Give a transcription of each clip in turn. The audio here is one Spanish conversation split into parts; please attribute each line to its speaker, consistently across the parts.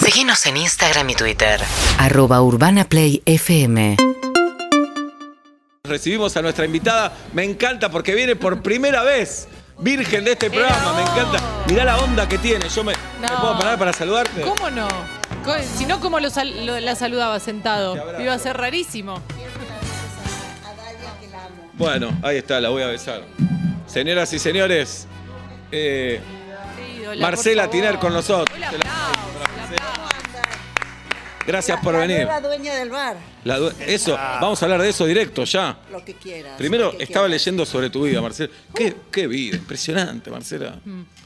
Speaker 1: Seguinos en Instagram y Twitter.
Speaker 2: arroba urbanaplayfm
Speaker 3: Recibimos a nuestra invitada, me encanta porque viene por primera vez, virgen de este programa, me encanta. Mirá la onda que tiene, yo me, ¿me
Speaker 4: No.
Speaker 3: puedo parar para saludarte.
Speaker 4: ¿Cómo no? Co- Si no, ¿cómo lo sal- lo- la saludaba sentado?
Speaker 3: Te abrazo.
Speaker 4: Iba a ser rarísimo.
Speaker 3: Bueno, ahí está, la voy a besar. Señoras y señores, eh,
Speaker 4: Ídola,
Speaker 3: Marcela
Speaker 4: por favor.
Speaker 3: Tiner con nosotros.
Speaker 4: El aplauso, el aplauso.
Speaker 3: Gracias por venir.
Speaker 5: La nueva dueña del bar,
Speaker 3: La du- eso, vamos a hablar de eso directo ya.
Speaker 5: lo que quieras.
Speaker 3: Primero
Speaker 5: lo que Ah.
Speaker 3: estaba
Speaker 5: quieras.
Speaker 3: leyendo sobre tu vida, Marcela. Qué, qué vida, impresionante, Marcela.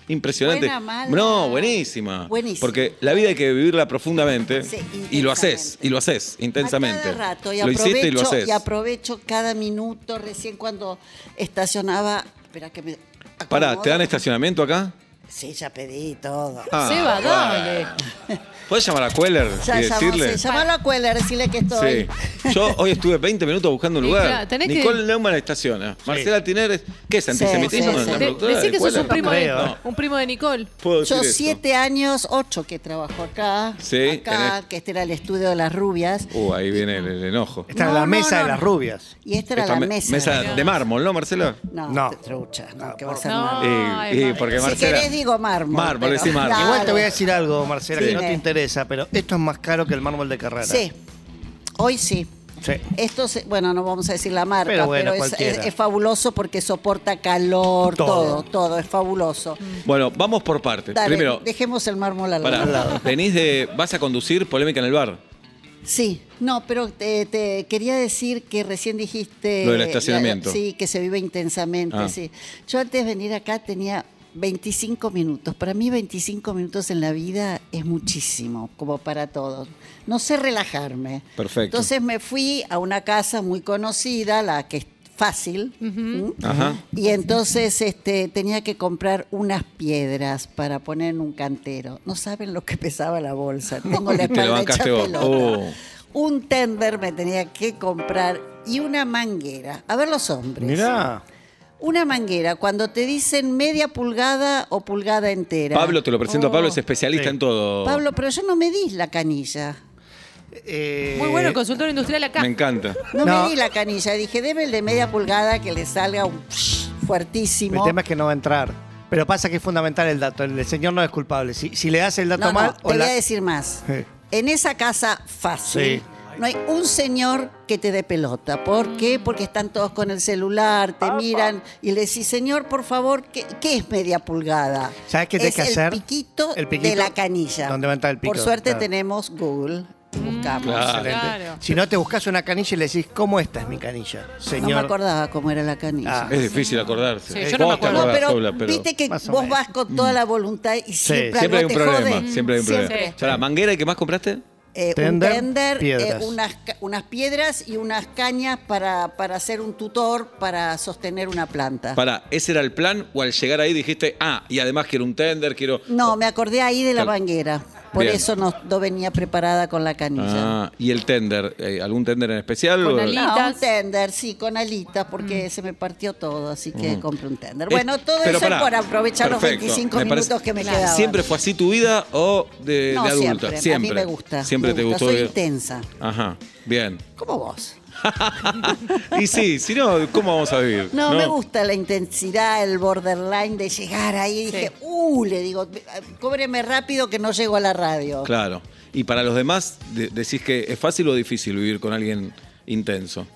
Speaker 3: Impresionante.
Speaker 5: Mm. Buena, mala.
Speaker 3: no, buenísima.
Speaker 5: Buenísima.
Speaker 3: Porque la vida hay que vivirla profundamente
Speaker 5: Sí,
Speaker 3: y lo haces,
Speaker 5: intensamente.
Speaker 3: y lo haces intensamente.
Speaker 5: A cada rato, y
Speaker 3: lo
Speaker 5: aprovecho,
Speaker 3: hiciste y lo haces.
Speaker 5: y aprovecho cada minuto. Recién cuando estacionaba. Espera que me. acomodo.
Speaker 3: Pará, ¿te dan estacionamiento acá?
Speaker 5: Sí, ya pedí todo.
Speaker 3: Ah,
Speaker 4: Seba,
Speaker 3: bueno.
Speaker 4: dale.
Speaker 3: ¿Podés llamar a Queller
Speaker 5: Ya
Speaker 3: y
Speaker 5: llamó-
Speaker 3: decirle?
Speaker 5: sí, llamalo a Cuela, decirle que estoy.
Speaker 3: Sí. Yo hoy estuve 20 minutos buscando un
Speaker 4: Sí,
Speaker 3: lugar.
Speaker 4: claro, tenés que-
Speaker 3: Nicole Neumann estaciona. Marcela Tiner es. ¿Qué es antisemitismo?
Speaker 5: sí, sí.
Speaker 3: ¿La
Speaker 4: De-
Speaker 3: productora
Speaker 4: decí
Speaker 3: de
Speaker 4: que sos
Speaker 3: Queller?
Speaker 4: un primo, de,
Speaker 3: No,
Speaker 4: un primo de Nicole.
Speaker 3: puedo decir
Speaker 5: Yo
Speaker 3: eso.
Speaker 5: siete años, ocho que trabajo acá.
Speaker 3: Sí,
Speaker 5: acá,
Speaker 3: tenés-
Speaker 5: que este era el estudio de las rubias.
Speaker 3: Uh, ahí viene el- el enojo.
Speaker 6: Está
Speaker 5: No,
Speaker 6: en la
Speaker 5: no,
Speaker 6: mesa
Speaker 5: no,
Speaker 6: de las
Speaker 5: no.
Speaker 6: rubias.
Speaker 5: Y esta era
Speaker 3: Esta
Speaker 5: la
Speaker 3: me-
Speaker 5: mesa.
Speaker 3: de mármol, ¿no, Marcela?
Speaker 5: No,
Speaker 6: No.
Speaker 5: te trucha. No, que va a ser
Speaker 4: No.
Speaker 5: nada.
Speaker 4: Ay,
Speaker 3: y, y
Speaker 4: Marcela.
Speaker 3: porque
Speaker 5: Si
Speaker 3: Marcela.
Speaker 5: querés digo mármol,
Speaker 3: Mármol,
Speaker 5: pero-
Speaker 3: decí mármol.
Speaker 5: Claro.
Speaker 6: Igual te voy a decir algo, Marcela, que no
Speaker 5: Dime.
Speaker 6: te interesa, pero esto es más caro que el mármol de Carrera.
Speaker 5: Sí, hoy sí.
Speaker 6: Sí.
Speaker 5: Esto, se- bueno, no vamos a decir la marca, pero,
Speaker 6: Pero bueno,
Speaker 5: es,
Speaker 6: cualquiera.
Speaker 5: es- es fabuloso porque soporta calor, todo, todo,
Speaker 6: Todo.
Speaker 5: es fabuloso.
Speaker 3: Bueno, vamos por partes.
Speaker 5: Dale,
Speaker 3: Primero,
Speaker 5: dejemos el mármol al
Speaker 3: pará.
Speaker 5: lado.
Speaker 3: venís de. ¿Vas a conducir polémica en el bar?
Speaker 5: Sí, no, pero te, te quería decir que recién dijiste...
Speaker 3: Lo del estacionamiento.
Speaker 5: la- sí, que se vive intensamente,
Speaker 3: Ah.
Speaker 5: sí. Yo antes de venir acá tenía 25 minutos. Para mí 25 minutos en la vida es muchísimo, como para todos. No sé relajarme.
Speaker 3: Perfecto.
Speaker 5: Entonces me fui a una casa muy conocida, la que es fácil. ¿m?
Speaker 3: Ajá.
Speaker 5: Y entonces este, tenía que comprar unas piedras para poner en un cantero. No saben lo que pesaba la bolsa. Tengo la
Speaker 3: Y te lo
Speaker 5: espalda hecha
Speaker 3: bancaste vos.
Speaker 5: pelota.
Speaker 3: Oh.
Speaker 5: Un tender me tenía que comprar y una manguera. A ver los hombres.
Speaker 6: Mirá.
Speaker 5: Una manguera, cuando te dicen media pulgada o pulgada entera.
Speaker 3: Pablo, te lo presento a Pablo, es especialista
Speaker 6: Sí.
Speaker 3: en todo.
Speaker 5: Oh. Pablo, pero yo no me di la canilla.
Speaker 6: Eh,
Speaker 4: Muy bueno, consultor industrial acá.
Speaker 3: Me encanta.
Speaker 5: No,
Speaker 6: No.
Speaker 5: me di la canilla. Dije, deme el de media pulgada que le salga un fuertísimo.
Speaker 6: El tema es que no va a entrar. Pero pasa que es fundamental el dato. El señor no es culpable. Si, si le das el dato
Speaker 5: No, no,
Speaker 6: mal
Speaker 5: te
Speaker 6: o
Speaker 5: voy
Speaker 6: la-
Speaker 5: a decir más.
Speaker 6: Sí.
Speaker 5: En esa casa fácil.
Speaker 6: Sí.
Speaker 5: No hay un señor que te dé pelota. ¿Por qué? Porque están todos con el celular, te miran y le decís, señor, por favor, ¿qué, qué es media pulgada?
Speaker 6: ¿Sabes qué
Speaker 5: es
Speaker 6: tenés que hacer?
Speaker 5: El piquito,
Speaker 6: El piquito
Speaker 5: de la canilla.
Speaker 6: donde va a entrar el pico,
Speaker 5: Por suerte
Speaker 6: claro.
Speaker 5: tenemos Google. Buscamos.
Speaker 3: Claro.
Speaker 4: Claro.
Speaker 6: Si no te buscas una canilla y le decís, ¿cómo esta es mi canilla?
Speaker 5: No me
Speaker 6: Señor.
Speaker 5: acordaba cómo era la canilla.
Speaker 6: Ah.
Speaker 3: Es difícil acordarse.
Speaker 4: Sí, yo no
Speaker 3: Vos
Speaker 4: me
Speaker 3: te
Speaker 4: acuerdo.
Speaker 5: No,
Speaker 3: acordás
Speaker 5: pero,
Speaker 3: sola, pero-
Speaker 5: viste que
Speaker 6: Más o
Speaker 5: vos
Speaker 6: menos.
Speaker 5: vas con toda la voluntad y
Speaker 3: Siempre
Speaker 5: siempre,
Speaker 3: hay
Speaker 5: algo
Speaker 3: un
Speaker 5: te
Speaker 3: problema.
Speaker 5: jode.
Speaker 3: Siempre hay un problema.
Speaker 4: Siempre.
Speaker 3: Pará, ¿manguera y qué más compraste?
Speaker 5: Eh,
Speaker 6: Tender,
Speaker 5: un tender, eh,
Speaker 6: piedras.
Speaker 5: unas, ca- unas piedras y unas cañas para, para hacer un tutor para sostener una planta.
Speaker 3: Pará, ¿ese era el plan o al llegar ahí dijiste, ah, y además quiero un tender, quiero.
Speaker 5: no, me acordé ahí de la
Speaker 3: Claro.
Speaker 5: manguera. Por
Speaker 3: Bien.
Speaker 5: eso no, no venía preparada con la canilla.
Speaker 3: Ah, y el tender, eh, ¿algún tender en especial? Eh,
Speaker 4: Con
Speaker 3: o-
Speaker 4: alí-
Speaker 5: No, un
Speaker 4: Alitas.
Speaker 5: tender, sí, con alitas, porque se me partió todo, así que compré un tender.
Speaker 3: Mm. Es-
Speaker 5: Bueno, todo
Speaker 3: pero
Speaker 5: eso es
Speaker 3: pará,
Speaker 5: por aprovechar
Speaker 3: perfecto,
Speaker 5: los 25
Speaker 3: me parece-
Speaker 5: minutos que me quedaban.
Speaker 3: ¿Siempre fue así tu vida o de,
Speaker 5: no,
Speaker 3: de adulta?
Speaker 5: Siempre. A mí me gusta.
Speaker 3: Siempre
Speaker 5: me
Speaker 3: te
Speaker 5: gusta,
Speaker 3: gustó.
Speaker 5: Soy
Speaker 3: de-
Speaker 5: intensa,
Speaker 3: Ajá, bien.
Speaker 5: como vos.
Speaker 3: y sí, si no, ¿cómo vamos a vivir?
Speaker 5: No, me gusta la intensidad, el borderline de llegar ahí. Dije, uh, le digo, cóbreme rápido que no llego a la radio.
Speaker 3: Claro. Y para los demás, de- decís que es fácil o difícil vivir con alguien intenso.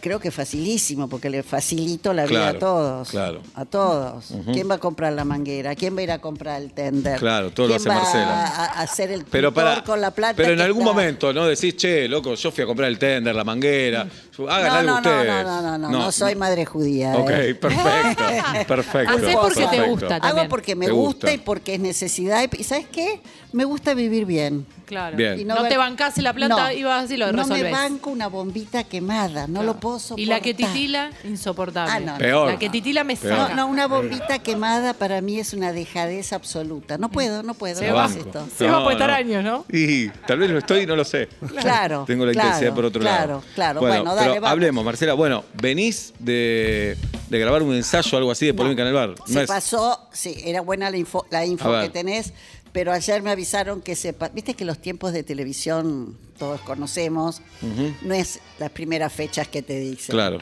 Speaker 5: Creo que facilísimo, porque le facilito la vida
Speaker 3: Claro,
Speaker 5: a todos.
Speaker 3: claro.
Speaker 5: A todos. ¿Quién va a comprar la manguera? ¿Quién va a ir a comprar el tender?
Speaker 3: Claro, todo lo hace
Speaker 5: ¿Quién va
Speaker 3: Marcela.
Speaker 5: A, a hacer el
Speaker 3: Pero
Speaker 5: tutor
Speaker 3: para,
Speaker 5: con la plata.
Speaker 3: pero en
Speaker 5: que
Speaker 3: algún
Speaker 5: está?
Speaker 3: momento, ¿no? Decís, che, loco, yo fui a comprar el tender, la manguera. Hagan
Speaker 5: No,
Speaker 3: algo
Speaker 5: no, no,
Speaker 3: ustedes.
Speaker 5: no, no, no, no, no soy madre judía.
Speaker 3: Ok,
Speaker 5: eh.
Speaker 3: perfecto. perfecto.
Speaker 4: Hacé porque te
Speaker 3: perfecto.
Speaker 4: gusta.
Speaker 5: Hago
Speaker 4: también.
Speaker 5: porque me
Speaker 3: Te gusta.
Speaker 5: gusta. y porque es necesidad. Y, y ¿sabes qué? Me gusta vivir bien.
Speaker 4: Claro.
Speaker 3: Bien.
Speaker 5: Y
Speaker 4: No
Speaker 5: ver-
Speaker 4: te bancás la plata y vas y lo
Speaker 5: No me
Speaker 4: resolvés.
Speaker 5: banco una bombita quemada, no lo puedo soportar.
Speaker 4: Y la que titila, insoportable.
Speaker 5: Ah, no, no.
Speaker 3: Peor.
Speaker 4: La que titila me
Speaker 3: Peor.
Speaker 4: saca.
Speaker 5: No, no, una bombita quemada para mí es una dejadez absoluta. No puedo, no puedo.
Speaker 4: Se
Speaker 5: no
Speaker 4: va.
Speaker 5: hago esto.
Speaker 4: Se va a apretar años, ¿no?
Speaker 3: Y tal vez lo estoy y no lo sé.
Speaker 5: Claro,
Speaker 3: Tengo la
Speaker 5: claro,
Speaker 3: intensidad por otro lado.
Speaker 5: claro, claro. Bueno, dale,
Speaker 3: pero
Speaker 5: vamos.
Speaker 3: hablemos, Marcela. Bueno, venís de, de grabar un ensayo o algo así de polémica en el bar.
Speaker 5: Se pasó, sí, era buena la info, la info
Speaker 3: A ver.
Speaker 5: que tenés, Pero ayer me avisaron que se... pa- Viste que los tiempos de televisión todos conocemos, no es las primeras fechas que te dicen.
Speaker 3: Claro.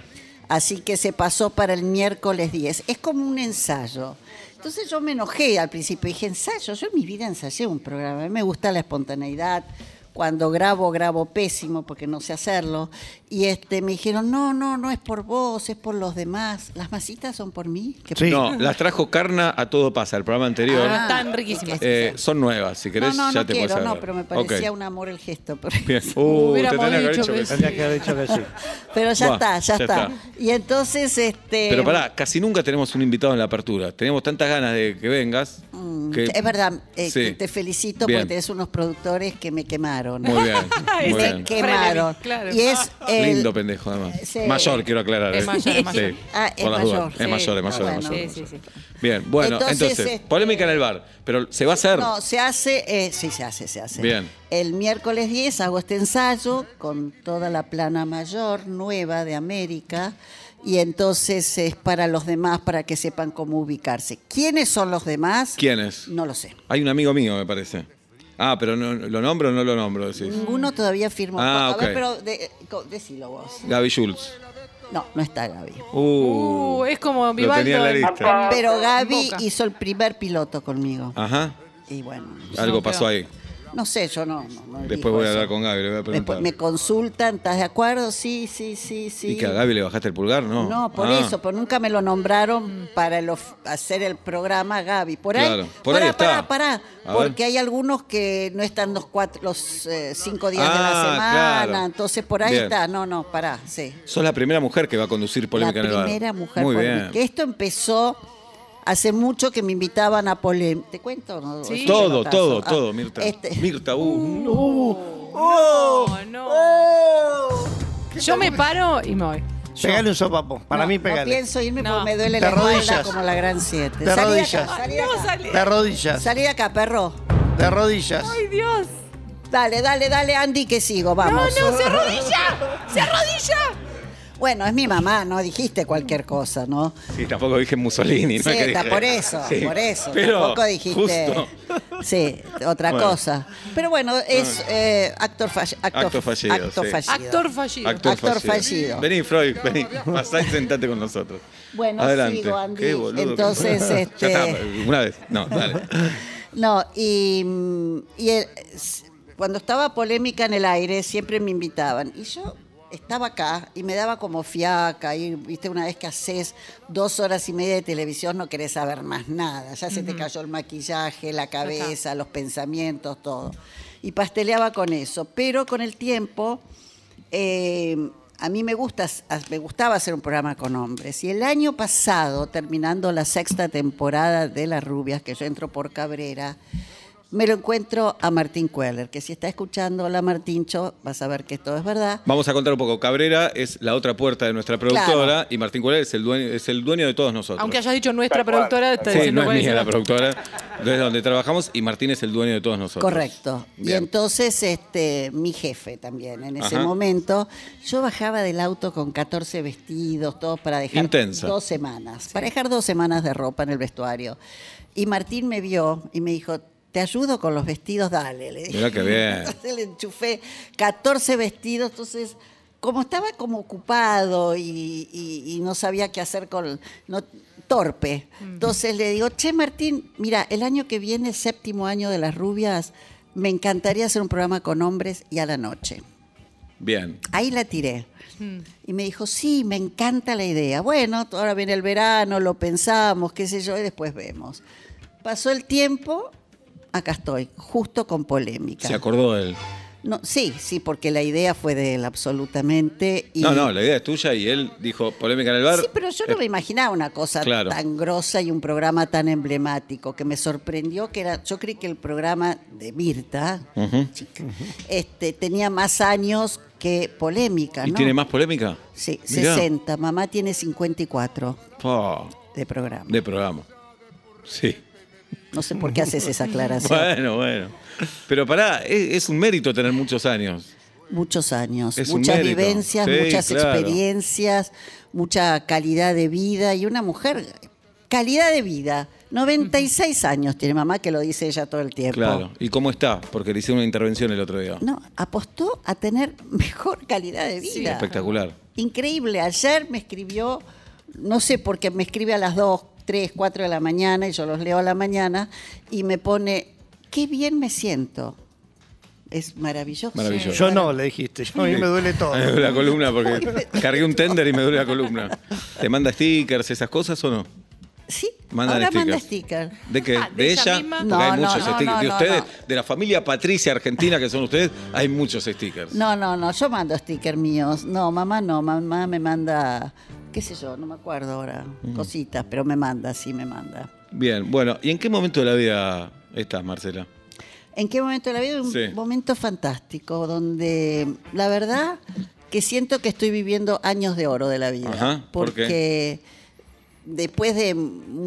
Speaker 5: Así que se pasó para el miércoles 10. Es como un ensayo. Entonces yo me enojé al principio. Dije, ensayo, yo en mi vida ensayé un programa. A mí me gusta la espontaneidad. Cuando grabo, grabo pésimo porque no sé hacerlo. Y este, me dijeron, no, no, no es por vos, es por los demás. ¿Las masitas son por mí? ¿Qué
Speaker 6: Sí.
Speaker 3: No, las trajo Carna a todo pasa, el programa anterior.
Speaker 4: Ah, están riquísimas.
Speaker 5: es que-
Speaker 3: Eh, son nuevas, si
Speaker 5: No,
Speaker 3: querés
Speaker 5: no,
Speaker 3: ya
Speaker 5: no
Speaker 3: te
Speaker 5: quiero,
Speaker 3: puedes
Speaker 5: no,
Speaker 3: agarrar.
Speaker 5: pero me parecía
Speaker 3: Ok.
Speaker 5: un amor el gesto. Pero,
Speaker 3: Bien. Uh, te
Speaker 4: Hubiéramos
Speaker 3: tendría que haber
Speaker 4: dicho
Speaker 3: dicho
Speaker 4: que
Speaker 3: que sí.
Speaker 6: Tendría que haber dicho que sí.
Speaker 5: pero ya
Speaker 3: Buah,
Speaker 5: está, ya,
Speaker 3: ya
Speaker 5: está.
Speaker 3: está.
Speaker 5: Y entonces, este.
Speaker 3: Pero pará, casi nunca tenemos un invitado en la apertura. Tenemos tantas ganas de que vengas. que-
Speaker 5: mm, Es verdad, eh,
Speaker 3: Sí.
Speaker 5: te felicito
Speaker 3: Bien.
Speaker 5: porque tenés unos productores que me quemaron.
Speaker 3: Muy bien.
Speaker 4: Ay,
Speaker 3: Muy
Speaker 4: se
Speaker 3: bien.
Speaker 5: Se quemaron.
Speaker 4: Claro. Ah.
Speaker 5: Y es el- eh,
Speaker 3: Lindo pendejo, además.
Speaker 5: Sí.
Speaker 3: Mayor, quiero aclarar.
Speaker 4: Es
Speaker 3: ¿eh?
Speaker 4: mayor, es mayor.
Speaker 3: Sí,
Speaker 5: Ah, es
Speaker 3: por las
Speaker 5: mayor,
Speaker 3: dudas.
Speaker 5: sí.
Speaker 3: Es mayor, es mayor,
Speaker 5: Ah,
Speaker 3: es
Speaker 5: bueno.
Speaker 3: mayor.
Speaker 4: Sí, sí,
Speaker 3: Bien, bueno, entonces,
Speaker 5: Entonces, este-
Speaker 3: polémica en el bar, pero se va a hacer.
Speaker 5: No, se hace, eh, sí, se hace, se hace.
Speaker 3: Bien.
Speaker 5: El miércoles 10 hago este ensayo con toda la plana mayor nueva de América y entonces es para los demás, para que sepan cómo ubicarse. ¿Quiénes son los demás?
Speaker 3: ¿Quiénes?
Speaker 5: No lo sé.
Speaker 3: Hay un amigo mío, me parece. Ah, pero no- ¿lo nombro o no lo nombro? Decís.
Speaker 5: Ninguno todavía firmó.
Speaker 3: Ah,
Speaker 5: A ver,
Speaker 3: ok.
Speaker 5: pero de- co- decilo vos.
Speaker 3: Gaby Schultz.
Speaker 5: No, no está Gaby.
Speaker 3: Uh.
Speaker 4: Uh, es como
Speaker 3: tenía
Speaker 4: Vivaldo.
Speaker 3: en la lista.
Speaker 5: Pero
Speaker 4: en
Speaker 5: Gaby
Speaker 4: Boca.
Speaker 5: hizo el primer piloto conmigo.
Speaker 3: Ajá.
Speaker 5: Y bueno,
Speaker 3: Algo
Speaker 4: No,
Speaker 3: pasó
Speaker 4: pero-
Speaker 3: ahí.
Speaker 5: no sé, yo no. no- no
Speaker 3: Después
Speaker 5: elijo
Speaker 3: voy a
Speaker 5: eso.
Speaker 3: hablar con Gaby, le voy a preguntar.
Speaker 5: Después me consultan, ¿estás de acuerdo? Sí, sí, sí, sí.
Speaker 3: ¿Y que a Gaby le bajaste el pulgar? No.
Speaker 5: No, por
Speaker 3: Ah.
Speaker 5: eso, pero nunca me lo nombraron para el of- hacer el programa Gaby. Por
Speaker 3: Claro,
Speaker 5: ahí,
Speaker 3: por ahí
Speaker 5: pará,
Speaker 3: está.
Speaker 5: pará, pará,
Speaker 3: A
Speaker 5: porque
Speaker 3: ver.
Speaker 5: hay algunos que no están los cuatro, los eh, cinco días de
Speaker 3: Ah,
Speaker 5: la semana,
Speaker 3: claro.
Speaker 5: entonces por ahí
Speaker 3: Bien.
Speaker 5: está. No, no, pará, sí.
Speaker 3: Sos la primera mujer que va a conducir polémica
Speaker 5: la
Speaker 3: en el bar.
Speaker 5: primera mujer
Speaker 3: Muy
Speaker 5: polémica.
Speaker 3: bien.
Speaker 5: Que esto empezó hace mucho que me invitaban a polémica. ¿Te cuento? No,
Speaker 4: Sí.
Speaker 5: Es un
Speaker 3: Todo,
Speaker 5: pelotazo.
Speaker 3: todo,
Speaker 5: Ah,
Speaker 3: todo, Mirta.
Speaker 5: este-
Speaker 3: Mirta, uh.
Speaker 4: No, no. Yo me paro y me voy.
Speaker 6: Oh. Pegale un sopapo. Para
Speaker 5: No,
Speaker 6: mí,
Speaker 5: No
Speaker 6: pegale.
Speaker 5: pienso irme
Speaker 4: No.
Speaker 5: porque me duele
Speaker 6: Te
Speaker 5: la espalda
Speaker 6: arrodillas.
Speaker 5: como la gran siete. Salí
Speaker 6: Te
Speaker 5: de acá,
Speaker 6: arrodillas.
Speaker 5: salí de acá.
Speaker 6: de rodillas.
Speaker 5: Salí de acá, perro.
Speaker 6: De rodillas.
Speaker 4: ¡Ay, Dios!
Speaker 5: Dale, dale, dale, Andy, que sigo,
Speaker 4: ¡No,
Speaker 5: vamos.
Speaker 4: no! ¡Se arrodilla! ¡Se arrodilla!
Speaker 5: Bueno, es mi mamá, no dijiste cualquier cosa, ¿no?
Speaker 3: Sí, tampoco dije Mussolini. No
Speaker 5: Sí,
Speaker 3: es que
Speaker 5: está
Speaker 3: dije-
Speaker 5: por eso,
Speaker 3: Sí.
Speaker 5: por eso.
Speaker 3: Pero
Speaker 5: Tampoco dijiste.
Speaker 3: Justo.
Speaker 5: Sí, otra
Speaker 3: Bueno.
Speaker 5: cosa. Pero bueno, es eh, actor, fall- actor,
Speaker 3: Acto fallido,
Speaker 5: acto
Speaker 3: sí.
Speaker 5: fallido.
Speaker 4: Actor fallido.
Speaker 3: Actor,
Speaker 5: Actor
Speaker 3: fallido.
Speaker 5: fallido.
Speaker 3: Vení, Freud, vení. Pasá y sentate con nosotros.
Speaker 5: Bueno,
Speaker 3: Adelante.
Speaker 5: sigo, Andy.
Speaker 3: Qué boludo que
Speaker 5: Entonces,
Speaker 3: sos.
Speaker 5: este-
Speaker 3: Ya está, una vez. No, dale.
Speaker 5: No, y, mm, y, eh, s- cuando estaba polémica en el aire, siempre me invitaban. Y yo estaba acá y me daba como fiaca. Y viste, una vez que haces dos horas y media de televisión, no querés saber más nada. Ya se te cayó el maquillaje, la cabeza, los pensamientos, todo. Y pasteleaba con eso. Pero con el tiempo. Eh, a mí me, gusta, me gustaba hacer un programa con hombres. Y el año pasado, terminando la sexta temporada de Las Rubias, que yo entro por Cabrera, me lo encuentro a Martín Cueller, que si está escuchando la Martincho, vas a ver que todo es verdad.
Speaker 3: Vamos a contar un poco. Cabrera es la otra puerta de nuestra productora y Martín Cuellar es el dueño, es el dueño de todos nosotros.
Speaker 4: Aunque hayas dicho nuestra productora, está
Speaker 3: Sí, no
Speaker 4: diciendo
Speaker 3: es
Speaker 4: cuál
Speaker 3: mía la
Speaker 4: el-
Speaker 3: productora. Desde donde trabajamos y Martín es el dueño de todos nosotros.
Speaker 5: Correcto. Y
Speaker 3: Bien.
Speaker 5: entonces, este, mi jefe también, en ese
Speaker 3: Ajá.
Speaker 5: momento, yo bajaba del auto con 14 vestidos, todos para dejar
Speaker 3: Intensa.
Speaker 5: dos semanas, para dejar dos semanas de ropa en el vestuario. Y Martín me vio y me dijo, ¿te ayudo con los vestidos? Dale, le dije.
Speaker 3: Mirá qué bien.
Speaker 5: Entonces le enchufé 14 vestidos, entonces... Como estaba como ocupado y, y- y no sabía qué hacer con... No, torpe. Entonces le digo, che Martín, mira, el año que viene, séptimo año de las rubias, me encantaría hacer un programa con hombres y a la noche.
Speaker 3: Bien.
Speaker 5: Ahí la tiré. Y me dijo, sí, me encanta la idea. Bueno, ahora viene el verano, lo pensamos, qué sé yo, y después vemos. Pasó el tiempo, acá estoy, justo con polémica.
Speaker 3: Se acordó él.
Speaker 5: No, sí, sí, porque la idea fue de él absolutamente. y-
Speaker 3: No, no, la idea es tuya y él dijo polémica en el bar. Eh,
Speaker 5: Sí, pero yo no me imaginaba una cosa
Speaker 3: Claro.
Speaker 5: tan grosa y un programa tan emblemático que me sorprendió que era. Yo creí que el programa de Mirta chica, este, tenía más años que polémica,
Speaker 3: ¿Y
Speaker 5: ¿no?
Speaker 3: tiene más polémica?
Speaker 5: Sí,
Speaker 3: Mirá.
Speaker 5: 60. Mamá tiene 54
Speaker 3: Pa,
Speaker 5: de programa.
Speaker 3: de programa. Sí.
Speaker 5: No sé por qué haces esa aclaración.
Speaker 3: Bueno, bueno. Pero pará, es, es un mérito tener muchos años.
Speaker 5: Muchos años,
Speaker 3: Es un
Speaker 5: muchas
Speaker 3: mérito.
Speaker 5: vivencias,
Speaker 3: Sí,
Speaker 5: muchas
Speaker 3: claro.
Speaker 5: experiencias, mucha calidad de vida y una mujer, calidad de vida, 96 años tiene mamá, que lo dice ella todo el tiempo.
Speaker 3: Claro. ¿Y cómo está? Porque le hicieron una intervención el otro día.
Speaker 5: No, apostó a tener mejor calidad de vida.
Speaker 3: Espectacular.
Speaker 5: Increíble. Ayer me escribió, no sé por qué, me escribe a las 2, 3, 4 de la mañana y yo los leo a la mañana y me pone, qué bien me siento. Es maravilloso.
Speaker 3: Maravilloso.
Speaker 6: Yo no, le dijiste. Yo a mí me duele todo.
Speaker 3: Me duele la columna porque cargué un tender y me duele la columna. ¿Te manda stickers, esas cosas o no?
Speaker 5: Sí,
Speaker 3: Mandan
Speaker 5: ahora
Speaker 3: stickers.
Speaker 5: manda sticker.
Speaker 3: ¿De qué?
Speaker 4: Ah,
Speaker 3: ¿De,
Speaker 4: ¿de ella
Speaker 3: ella?
Speaker 4: misma?
Speaker 3: Porque
Speaker 5: No,
Speaker 3: hay
Speaker 5: no,
Speaker 3: muchos
Speaker 5: no,
Speaker 3: stickers.
Speaker 5: no,
Speaker 3: de
Speaker 5: no,
Speaker 3: ustedes,
Speaker 5: no.
Speaker 3: de la familia Patricia Argentina que son ustedes, hay muchos stickers.
Speaker 5: No, no, no, yo mando stickers míos. No, mamá no, mamá me manda, qué sé yo, no me acuerdo ahora, cositas, pero me manda, sí me manda.
Speaker 3: Bien, bueno, ¿y en qué momento de la vida estás, Marcela?
Speaker 5: ¿En qué momento de la vida? Un
Speaker 3: Sí.
Speaker 5: momento fantástico, donde la verdad que siento que estoy viviendo años de oro de la vida.
Speaker 3: Ajá, ¿por qué?
Speaker 5: porque después de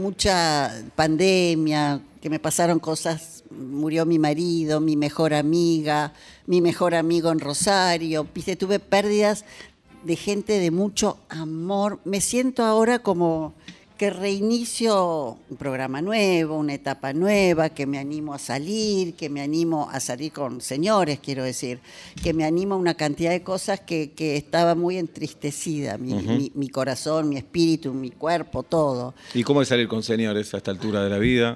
Speaker 5: mucha pandemia, que me pasaron cosas, murió mi marido, mi mejor amiga, mi mejor amigo en Rosario, viste, tuve pérdidas de gente de mucho amor. Me siento ahora como que reinicio un programa nuevo, una etapa nueva, que me animo a salir, que me animo a salir con señores, quiero decir, que me animo a una cantidad de cosas que, que estaba muy entristecida, mi, mi- mi corazón, mi espíritu, mi cuerpo, todo.
Speaker 3: ¿Y cómo es salir con señores a esta altura de la vida?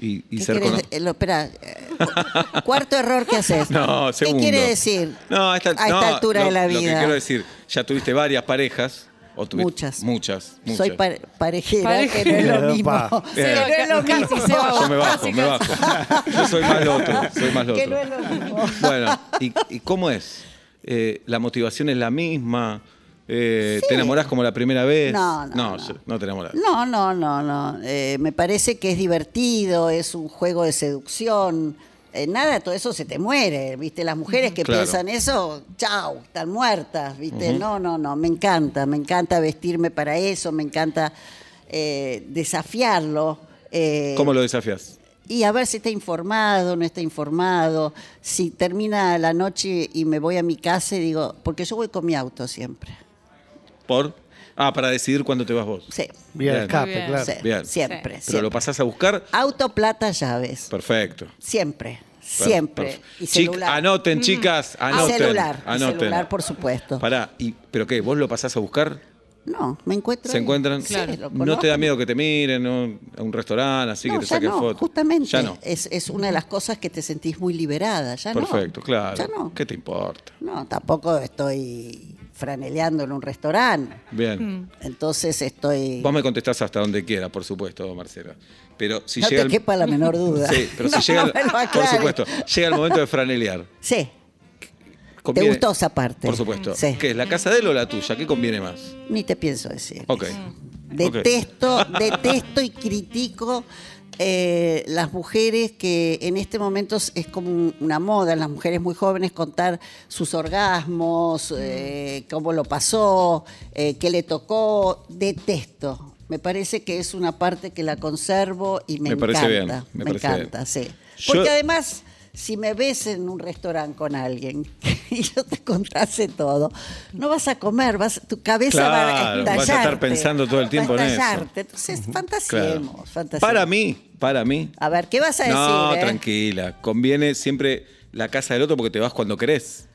Speaker 3: Y, y
Speaker 5: ¿Qué
Speaker 3: ser
Speaker 5: querés
Speaker 3: cono-
Speaker 5: de- eh, lo- espera, eh, cu- cuarto error que haces.
Speaker 3: No,
Speaker 5: ¿Qué
Speaker 3: segundo.
Speaker 5: quiere decir
Speaker 3: No,
Speaker 5: a esta,
Speaker 3: no,
Speaker 5: altura
Speaker 3: lo-
Speaker 5: de la
Speaker 3: Lo que
Speaker 5: vida?
Speaker 3: quiero decir, ya tuviste varias parejas. O tuviste-
Speaker 5: Muchas.
Speaker 3: Muchas. muchas.
Speaker 5: Soy pa- parejera, que no es
Speaker 4: Parejera.
Speaker 5: lo mismo.
Speaker 6: Opa.
Speaker 5: Que no es lo
Speaker 4: Casi,
Speaker 5: mismo.
Speaker 4: se va.
Speaker 3: Yo me bajo, me bajo. Yo soy más lo otro, soy más lo
Speaker 5: Que
Speaker 3: otro.
Speaker 5: no es lo mismo.
Speaker 3: Bueno, ¿y, y cómo es? Eh, ¿La motivación es la misma? Eh, ¿Te enamorás como la primera vez?
Speaker 5: No, no,
Speaker 3: No,
Speaker 5: no.
Speaker 3: yo- te enamorás.
Speaker 5: No, no, no, no. Eh, me parece que es divertido, es un juego de seducción. Eh, nada, todo eso se te muere, ¿viste? Las mujeres que
Speaker 3: Claro.
Speaker 5: piensan eso, chau, están muertas, ¿viste? No, no, no, me encanta, me encanta vestirme para eso, me encanta eh, desafiarlo. eh,
Speaker 3: ¿Cómo lo desafías?
Speaker 5: y a ver si está informado, no está informado, si termina la noche y me voy a mi casa y digo, porque yo voy con mi auto siempre.
Speaker 3: ¿Por? Ah, para decidir cuándo te vas vos.
Speaker 5: Sí,
Speaker 6: Bien,
Speaker 3: Bien.
Speaker 6: escape,
Speaker 4: Muy bien.
Speaker 6: claro.
Speaker 5: sí,
Speaker 3: Bien.
Speaker 5: siempre. Ah,
Speaker 3: Pero lo
Speaker 5: siempre.
Speaker 3: pasás a buscar.
Speaker 5: Auto, plata, llaves.
Speaker 3: Perfecto.
Speaker 5: Siempre,
Speaker 3: Per-
Speaker 5: siempre.
Speaker 3: perf-
Speaker 5: Y
Speaker 3: Chic-
Speaker 5: celular.
Speaker 3: anoten, chicas, anoten.
Speaker 5: celular, y
Speaker 3: anoten.
Speaker 5: celular, por supuesto.
Speaker 3: Pará, y- ¿pero qué? ¿Vos lo pasás a buscar?
Speaker 5: No, me encuentro.
Speaker 3: ¿Se
Speaker 5: ahí.
Speaker 3: encuentran?
Speaker 5: Sí, lo
Speaker 3: ¿No te da
Speaker 5: conozco.
Speaker 3: miedo que te miren ¿no? a un restaurante así,
Speaker 5: No,
Speaker 3: que te
Speaker 5: ya
Speaker 3: saquen
Speaker 5: no,
Speaker 3: fotos?
Speaker 5: justamente.
Speaker 3: Ya no.
Speaker 5: Es, es una de las cosas que te sentís muy liberada, ya no.
Speaker 3: Perfecto, claro.
Speaker 5: Ya no.
Speaker 3: ¿Qué te importa?
Speaker 5: No, tampoco estoy franeleando en un restaurante.
Speaker 3: Bien.
Speaker 5: Mm. Entonces estoy.
Speaker 3: Vos me contestás hasta donde quieras, por supuesto, Marcela. Pero si
Speaker 5: no
Speaker 3: llega
Speaker 5: te
Speaker 3: el-
Speaker 5: quepa la menor duda.
Speaker 3: Sí, pero si
Speaker 5: No,
Speaker 3: llega
Speaker 5: no
Speaker 3: el-
Speaker 5: me lo
Speaker 3: Por
Speaker 5: aclares.
Speaker 3: supuesto. Llega el momento de franelear.
Speaker 5: Sí,
Speaker 3: Conviene-
Speaker 5: gustó esa parte?
Speaker 3: Por supuesto.
Speaker 5: Sí.
Speaker 3: ¿Qué es la casa de él o la tuya? ¿Qué conviene más?
Speaker 5: ni te pienso decir.
Speaker 3: Ok.
Speaker 5: Detesto, detesto y critico eh, las mujeres que en este momento es es como un- una moda, en las mujeres muy jóvenes contar sus orgasmos, eh, cómo lo pasó, eh, qué le tocó. Detesto. Me parece que es una parte que la conservo y me,
Speaker 3: Me parece bien,
Speaker 5: encanta.
Speaker 3: me
Speaker 5: Me,
Speaker 3: parece
Speaker 5: encanta,
Speaker 3: bien.
Speaker 5: sí.
Speaker 3: Yo-
Speaker 5: Porque además, si me ves en un restaurante con alguien y yo te contase todo, no vas a comer, vas, tu cabeza
Speaker 3: Claro,
Speaker 5: va a
Speaker 3: vas a estar
Speaker 5: estallarte,
Speaker 3: pensando todo el
Speaker 5: va a
Speaker 3: tiempo en eso.
Speaker 5: estallarte. Entonces, fantasiemos,
Speaker 3: Claro.
Speaker 5: fantasiemos.
Speaker 3: Para mí, para mí.
Speaker 5: A ver, ¿qué vas a Ah, decir?
Speaker 3: no,
Speaker 5: eh?
Speaker 3: tranquila. Conviene siempre la casa del otro porque te vas cuando querés.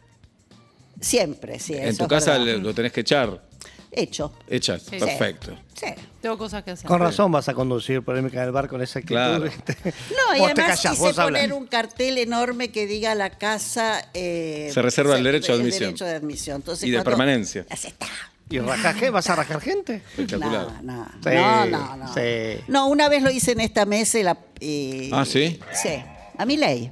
Speaker 5: Siempre, sí.
Speaker 3: en
Speaker 5: eso
Speaker 3: tu
Speaker 5: es
Speaker 3: casa
Speaker 5: verdad.
Speaker 3: le- lo tenés que echar.
Speaker 5: Hecho.
Speaker 3: Echas.
Speaker 4: Sí.
Speaker 3: Perfecto.
Speaker 5: Sí.
Speaker 4: Tengo cosas que hacer.
Speaker 6: Con razón vas a conducir polémica del bar con esa actitud.
Speaker 3: Claro.
Speaker 6: ¿viste?
Speaker 5: No, y
Speaker 6: vos te
Speaker 5: además
Speaker 6: callás,
Speaker 5: quise
Speaker 6: vos hablas.
Speaker 5: poner un cartel enorme que diga la casa... eh,
Speaker 3: Se reserva el derecho de
Speaker 5: el
Speaker 3: admisión.
Speaker 5: derecho de admisión. Entonces,
Speaker 3: Y de
Speaker 5: cuando-
Speaker 3: permanencia.
Speaker 5: Así está.
Speaker 6: ¿Y rajás qué? ¿Vas a rajar gente?
Speaker 3: Espectacular.
Speaker 5: No, no,
Speaker 6: Sí,
Speaker 5: no, no, no.
Speaker 6: sí.
Speaker 5: No, una vez lo hice en esta mesa y la... y-
Speaker 3: Ah, ¿sí?
Speaker 5: Sí, a mi ley.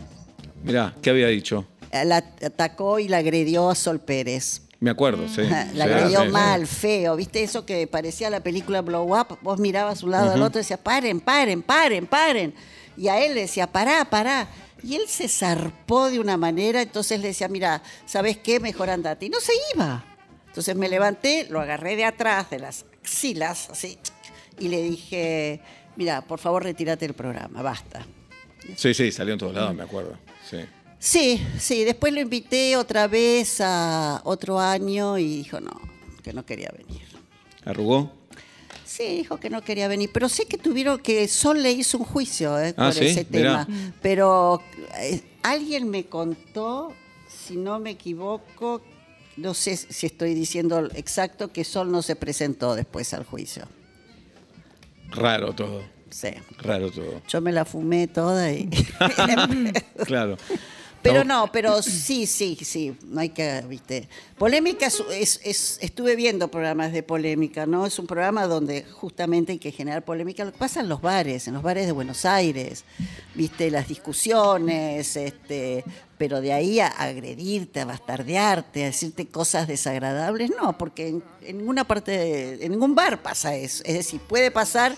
Speaker 3: Mirá, ¿qué había dicho?
Speaker 5: La atacó y la agredió a Sol Pérez.
Speaker 3: Me acuerdo, sí. Sí,
Speaker 5: La agredió
Speaker 3: sí, sí.
Speaker 5: mal, feo. ¿Viste eso que parecía la película Blow Up? Vos mirabas un lado al otro y decías, paren, paren, paren, paren. Y a él le decía, pará, pará. Y él se zarpó de una manera, entonces le decía, mira, ¿sabes qué? Mejor andate. Y no se iba. Entonces me levanté, lo agarré de atrás, de las axilas, así, y le dije, mira, por favor, retírate del programa, basta.
Speaker 3: Sí, sí, salió en todos lados, me acuerdo. Sí.
Speaker 5: Sí, sí, después lo invité otra vez a otro año y dijo, no, que no quería venir.
Speaker 3: ¿Arrugó?
Speaker 5: Sí, dijo que no quería venir, pero sé que tuvieron que Sol le hizo un juicio eh,
Speaker 3: Ah,
Speaker 5: por
Speaker 3: ¿sí?
Speaker 5: ese tema. Pero eh, alguien me contó, si no me equivoco, no sé si estoy diciendo exacto, que Sol no se presentó después al juicio.
Speaker 3: Raro todo.
Speaker 5: Sí.
Speaker 3: Raro todo.
Speaker 5: Yo me la fumé toda y.
Speaker 3: Claro.
Speaker 5: Pero no, pero sí, sí, sí, no hay que, viste. Polémica, es, es- es- estuve viendo programas de polémica, ¿no? Es un programa donde justamente hay que generar polémica. Lo que pasa en los bares, en los bares de Buenos Aires, viste, las discusiones, este, pero de ahí a agredirte, a bastardearte, a decirte cosas desagradables, no, porque en, en ninguna parte, de- en ningún bar pasa eso. Es decir, puede pasar.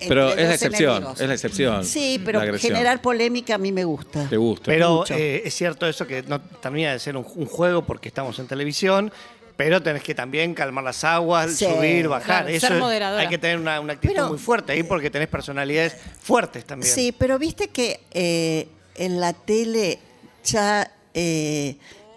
Speaker 5: entre
Speaker 3: Pero es la
Speaker 5: dos
Speaker 3: excepción,
Speaker 5: enemigos.
Speaker 3: es la excepción,
Speaker 5: Sí,
Speaker 3: la
Speaker 5: pero
Speaker 3: agresión.
Speaker 5: generar polémica a mí me gusta.
Speaker 3: Te gusta.
Speaker 6: Pero
Speaker 5: Mucho.
Speaker 6: eh, es cierto eso que no termina de ser un, un juego porque estamos en televisión, pero tenés que también calmar las aguas,
Speaker 5: Sí.
Speaker 6: subir, bajar.
Speaker 4: Claro,
Speaker 6: eso
Speaker 4: ser
Speaker 6: es-
Speaker 4: moderadora.
Speaker 6: hay que tener una, una actitud
Speaker 5: Pero-
Speaker 6: muy fuerte ahí porque tenés personalidades fuertes también.
Speaker 5: Sí, pero viste que eh, en la tele ya eh,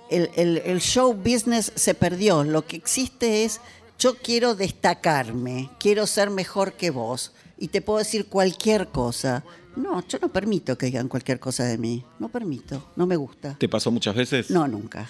Speaker 5: el, el- el show business se perdió. Lo que existe es yo quiero destacarme, quiero ser mejor que vos y te puedo decir cualquier cosa. No, yo no permito que digan cualquier cosa de mí. No permito, no me gusta.
Speaker 3: ¿Te pasó muchas veces?
Speaker 5: No, nunca.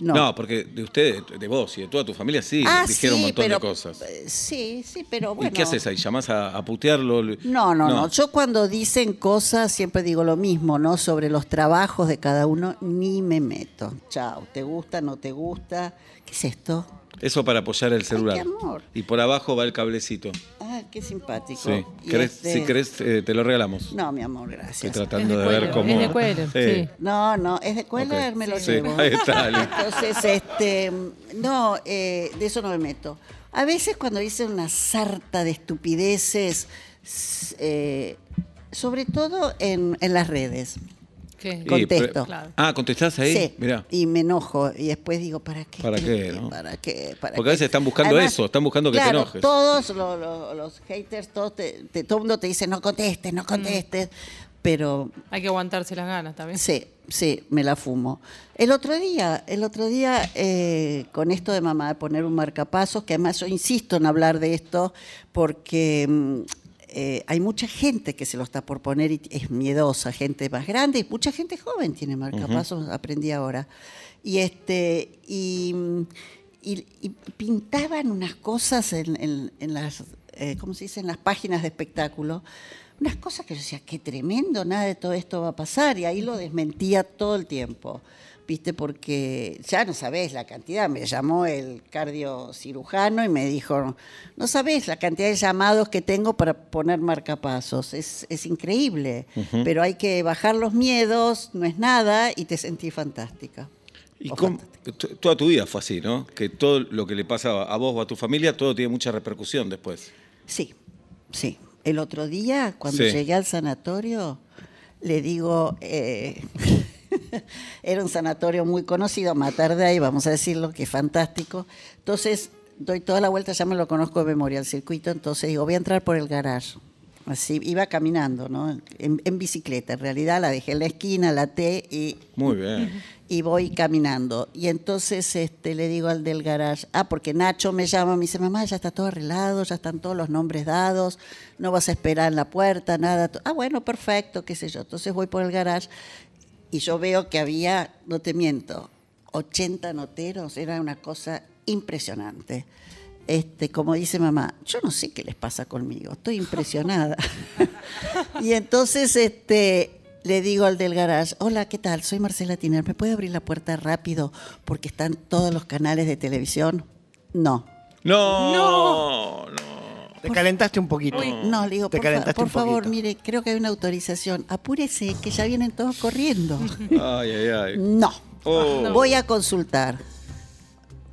Speaker 3: No, porque de ustedes, de vos y de toda tu familia sí,
Speaker 5: Ah,
Speaker 3: dijeron un
Speaker 5: sí,
Speaker 3: montón
Speaker 5: pero-
Speaker 3: de cosas.
Speaker 5: eh, Sí, sí, pero bueno.
Speaker 3: ¿Y qué haces ahí? ¿Llamás a, a putearlo?
Speaker 5: No, no, no, Yo cuando dicen cosas siempre digo lo mismo, ¿no? Sobre los trabajos de cada uno, ni me meto. Chao, ¿te gusta, no te gusta? ¿Qué es esto?
Speaker 3: Eso para apoyar el celular.
Speaker 5: qué amor.
Speaker 3: Y por abajo va el cablecito.
Speaker 5: Ah, qué simpático.
Speaker 3: Sí.
Speaker 5: Y
Speaker 3: ¿Querés-
Speaker 5: este-
Speaker 3: Si querés, eh, te lo regalamos.
Speaker 5: No, mi amor,
Speaker 3: Estoy
Speaker 5: gracias.
Speaker 3: tratando
Speaker 4: Es
Speaker 3: de
Speaker 4: de
Speaker 3: ver
Speaker 4: cuero,
Speaker 3: cómo.
Speaker 4: es de cuero, sí.
Speaker 5: No, no, es de Cuellar,
Speaker 3: Ok.
Speaker 5: me lo
Speaker 3: Sí,
Speaker 5: llevo.
Speaker 3: ahí está, listo.
Speaker 5: Entonces, este, no, eh, de eso no me meto. A veces cuando dicen una sarta de estupideces, s- eh, sobre todo en, en las redes.
Speaker 4: ¿Qué?
Speaker 3: Y
Speaker 5: Contesto.
Speaker 3: pre- Ah, ¿contestás ahí?
Speaker 5: Sí,
Speaker 3: Mirá.
Speaker 5: y me enojo. Y después digo, ¿para qué?
Speaker 3: ¿Para qué, no?
Speaker 5: ¿Para qué? ¿Para
Speaker 3: Porque a
Speaker 5: qué?
Speaker 3: veces están buscando eso, están buscando que te
Speaker 5: claro,
Speaker 3: enojes.
Speaker 5: Todos lo- lo- los haters, todos te- te- todo el mundo te dice, no contestes, no contestes. Pero
Speaker 4: Hay que aguantarse las ganas también.
Speaker 5: sí, sí, me la fumo. El otro día, el otro día, eh, con esto de mamá, de poner un marcapasos, que además yo insisto en hablar de esto, porque mm, eh, hay mucha gente que se lo está por poner y es miedosa, gente más grande, y mucha gente joven tiene marcapasos, aprendí ahora. Y este, y, mm, y- y pintaban unas cosas en, en- en las, eh, ¿cómo se dice? En las páginas de espectáculo. Unas cosas que yo decía, qué tremendo, nada de todo esto va a pasar. Y ahí lo desmentía todo el tiempo. ¿Viste? Porque ya no sabés la cantidad. Me llamó el cardiocirujano y me dijo, no sabés la cantidad de llamados que tengo para poner marcapasos. Es, es increíble. Pero hay que bajar los miedos, no es nada, y te sentí fantástica.
Speaker 3: Y
Speaker 5: O
Speaker 3: cómo- t- toda tu vida fue así, ¿no? Que todo lo que le pasa a vos o a tu familia, todo tiene mucha repercusión después.
Speaker 5: Sí, sí. El otro día, cuando
Speaker 3: Sí.
Speaker 5: llegué al sanatorio, le digo, eh, era un sanatorio muy conocido, matar de ahí, vamos a decirlo, que es fantástico. Entonces, doy toda la vuelta, ya me lo conozco de memoria el circuito, entonces digo, voy a entrar por el garage. Así, iba caminando, ¿no? En, en bicicleta, en realidad la dejé en la esquina, la té y
Speaker 3: Muy bien.
Speaker 5: y voy caminando. Y entonces este, le digo al del garage, ah, porque Nacho me llama, me dice, mamá, ya está todo arreglado, ya están todos los nombres dados, no vas a esperar en la puerta, nada. To- Ah, bueno, perfecto, qué sé yo. Entonces voy por el garage y yo veo que había, no te miento, 80 noteros, era una cosa impresionante. Este, como dice mamá, yo no sé qué les pasa conmigo, estoy impresionada. Y entonces este, le digo al del garage, hola, ¿qué tal? Soy Marcela Tiner, ¿me puede abrir la puerta rápido porque están todos los canales de televisión? No.
Speaker 3: No, no,
Speaker 6: Te calentaste un poquito.
Speaker 5: No, le digo,
Speaker 6: Te
Speaker 5: por, fa-
Speaker 6: calentaste
Speaker 5: por
Speaker 6: un
Speaker 5: favor,
Speaker 6: poquito.
Speaker 5: mire, creo que hay una autorización. Apúrese, que ya vienen todos corriendo.
Speaker 3: Ay, ay, ay.
Speaker 5: No.
Speaker 3: Oh.
Speaker 5: Voy a consultar.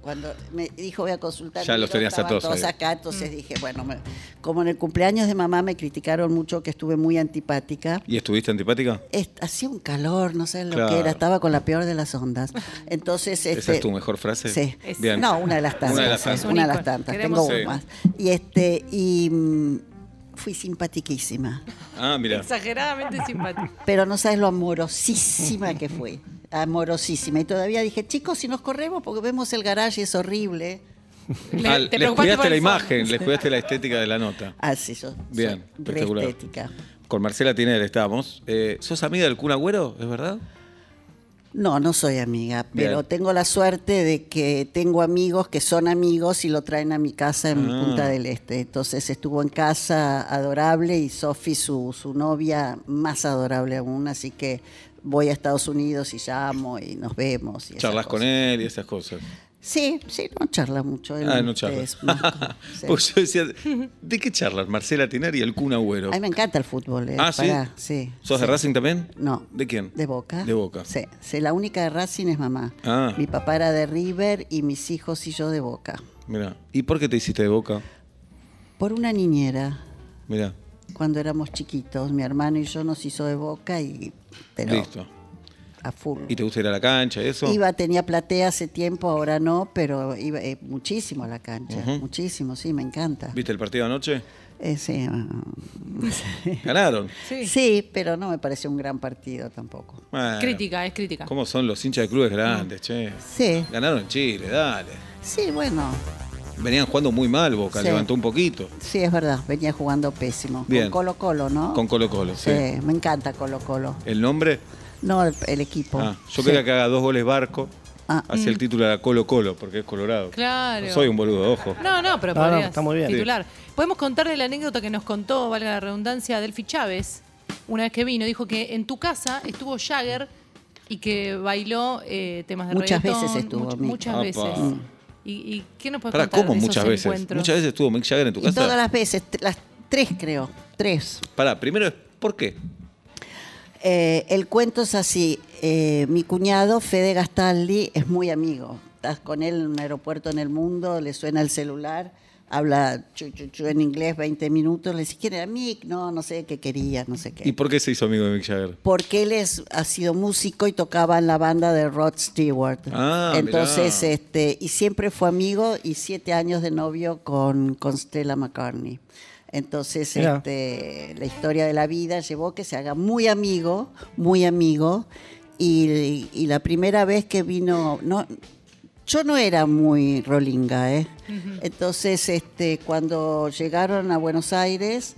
Speaker 5: Cuando me dijo voy a consultar,
Speaker 3: Ya
Speaker 5: miro,
Speaker 3: los tenías a
Speaker 5: estaban
Speaker 3: todos ahí. Mm.
Speaker 5: acá, entonces dije, bueno, me- como en el cumpleaños de mamá me criticaron mucho que estuve muy antipática.
Speaker 3: ¿Y estuviste antipática?
Speaker 5: Es- hacía un calor, no sé lo
Speaker 3: Claro.
Speaker 5: que era, estaba con la peor de las ondas. Entonces,
Speaker 3: ¿Esa
Speaker 5: este,
Speaker 3: es tu mejor frase?
Speaker 5: Sí.
Speaker 4: Es-
Speaker 3: Bien.
Speaker 5: No, una de las tantas.
Speaker 3: Una de las tantas.
Speaker 4: Es un
Speaker 5: Una de las
Speaker 4: ícono.
Speaker 5: tantas,
Speaker 4: Queremos
Speaker 5: tengo
Speaker 3: ser.
Speaker 5: una más. Y este y mm, fui simpatiquísima,
Speaker 3: Ah, mira.
Speaker 4: Exageradamente simpático.
Speaker 5: pero no sabes lo amorosísima que fui. Amorosísima y todavía dije, "Chicos, si nos corremos porque vemos el garage y es horrible."
Speaker 4: Le-
Speaker 3: Ah,
Speaker 4: te
Speaker 3: les
Speaker 4: preocupaste por
Speaker 3: cuidaste la
Speaker 4: el fondo.
Speaker 3: imagen, les cuidaste la estética de la nota.
Speaker 5: Ah, sí, yo
Speaker 3: Bien,
Speaker 5: soy re
Speaker 3: espectacular.
Speaker 5: estética.
Speaker 3: Con Marcela Tiner estamos. Eh, ¿Sos amiga del Kun Agüero? ¿Es verdad?
Speaker 5: No, no soy amiga,
Speaker 3: Bien.
Speaker 5: pero tengo la suerte de que tengo amigos que son amigos y lo traen a mi casa en
Speaker 3: Ah.
Speaker 5: Punta del Este. Entonces estuvo en casa adorable y Sofi, su, su novia, más adorable aún. Así que voy a Estados Unidos y llamo y nos vemos. Y
Speaker 3: Charlas con él y esas cosas.
Speaker 5: Sí, sí, no charla mucho. él
Speaker 3: Ah, no
Speaker 5: Este,
Speaker 3: Pues,
Speaker 5: es
Speaker 3: charlas.
Speaker 5: más con- sí.
Speaker 3: Porque yo decía, ¿de qué charlas? Marcela Tiner y el Kun Agüero.
Speaker 5: A mí me encanta el fútbol. eh,
Speaker 3: Ah, ¿sí?
Speaker 5: pará, sí.
Speaker 3: ¿Sos de
Speaker 5: sí.
Speaker 3: Racing también?
Speaker 5: No.
Speaker 3: ¿De quién?
Speaker 5: De Boca.
Speaker 3: De Boca.
Speaker 5: Sí, sí, la única de Racing es mamá.
Speaker 3: Ah.
Speaker 5: Mi papá era de River y mis hijos y yo de Boca.
Speaker 3: Mira. ¿Y por qué te hiciste de Boca?
Speaker 5: Por una niñera,
Speaker 3: Mira.
Speaker 5: cuando éramos chiquitos, mi hermano y yo nos hizo de Boca y pero
Speaker 3: Listo.
Speaker 5: a full.
Speaker 3: ¿Y te gusta ir a la cancha y eso?
Speaker 5: Iba, tenía platea hace tiempo, ahora no, pero iba eh, muchísimo a la cancha,
Speaker 3: Ujú.
Speaker 5: muchísimo, sí, me encanta.
Speaker 3: ¿Viste el partido anoche?
Speaker 5: Eh, sí, ah,
Speaker 3: Ganaron.
Speaker 4: Sí.
Speaker 5: sí, pero no me pareció un gran partido tampoco.
Speaker 3: Bueno,
Speaker 4: Crítica, es crítica.
Speaker 3: ¿Cómo son los hinchas de clubes
Speaker 5: Mm.
Speaker 3: grandes, che?
Speaker 5: Sí,
Speaker 3: Ganaron en Chile, dale.
Speaker 5: sí, bueno,
Speaker 3: Venían jugando muy mal Boca,
Speaker 5: Sí.
Speaker 3: levantó un poquito.
Speaker 5: sí, es verdad, venía jugando pésimo.
Speaker 3: Bien.
Speaker 5: Con Colo Colo, ¿no?
Speaker 3: Con Colo Colo, sí.
Speaker 5: Sí, me encanta Colo Colo.
Speaker 3: ¿El nombre?
Speaker 5: No, el, el equipo.
Speaker 3: Ah, yo
Speaker 5: Sí.
Speaker 3: quería que haga dos goles Barco
Speaker 5: Ah.
Speaker 3: hacia el título de Colo Colo, porque es colorado.
Speaker 4: Claro.
Speaker 3: No soy un boludo, ojo.
Speaker 4: No, no, pero
Speaker 6: No, no,
Speaker 4: podrías
Speaker 6: está muy bien.
Speaker 4: titular. Podemos contarle la anécdota que nos contó, valga la redundancia, Delphi Chávez, una vez que vino, dijo que en tu casa estuvo Jagger y que bailó eh, temas de
Speaker 5: Muchas
Speaker 4: reggaetón,
Speaker 5: veces estuvo,
Speaker 4: much-
Speaker 5: Mick.
Speaker 4: muchas
Speaker 3: Apa. Mm.
Speaker 4: veces. ¿Y, y qué nos puedes
Speaker 3: Pará,
Speaker 4: contar
Speaker 3: ¿cómo
Speaker 4: de esos
Speaker 3: muchas veces?
Speaker 4: encuentros?
Speaker 3: Muchas veces estuvo Mick Jagger en tu
Speaker 5: Y
Speaker 3: casa.
Speaker 5: todas las veces, t- las tres creo, tres.
Speaker 3: Pará, primero, ¿por qué?
Speaker 5: Eh, el cuento es así, eh, mi cuñado Fede Gastaldi es muy amigo, estás con él en un aeropuerto en el mundo, le suena el celular, habla chu, chu, chu en inglés 20 minutos, le dice, ¿quién era Mick? No, no sé qué quería, no sé
Speaker 3: ¿Y
Speaker 5: qué.
Speaker 3: por qué se hizo amigo de Mick Jagger?
Speaker 5: Porque él es, ha sido músico y tocaba en la banda de Rod Stewart.
Speaker 3: Ah,
Speaker 5: Entonces,
Speaker 3: mirá.
Speaker 5: este, y siempre fue amigo y siete años de novio con, con Stella McCartney. Entonces,
Speaker 6: Mirá.
Speaker 5: este, la historia de la vida llevó que se haga muy amigo, muy amigo. Y, y la primera vez que vino, no, yo no era muy rolinga, ¿eh? Entonces, este, cuando llegaron a Buenos Aires,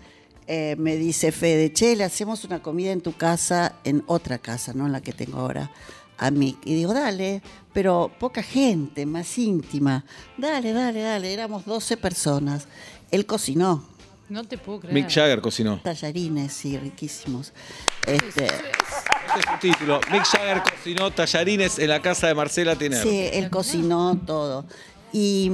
Speaker 5: eh, me dice Fede, che, le hacemos una comida en tu casa, en otra casa, no en la que tengo ahora, a mí. Y digo, dale, pero poca gente, más íntima. Dale, dale, dale, éramos 12 personas. Él cocinó
Speaker 4: No te puedo creer.
Speaker 3: Mick Jagger cocinó.
Speaker 5: tallarines, y riquísimos.
Speaker 3: Ese
Speaker 5: Este,
Speaker 3: es su título. Mick Jagger cocinó tallarines en la casa de Marcela Tiner.
Speaker 5: Sí, él cocinó todo. Y,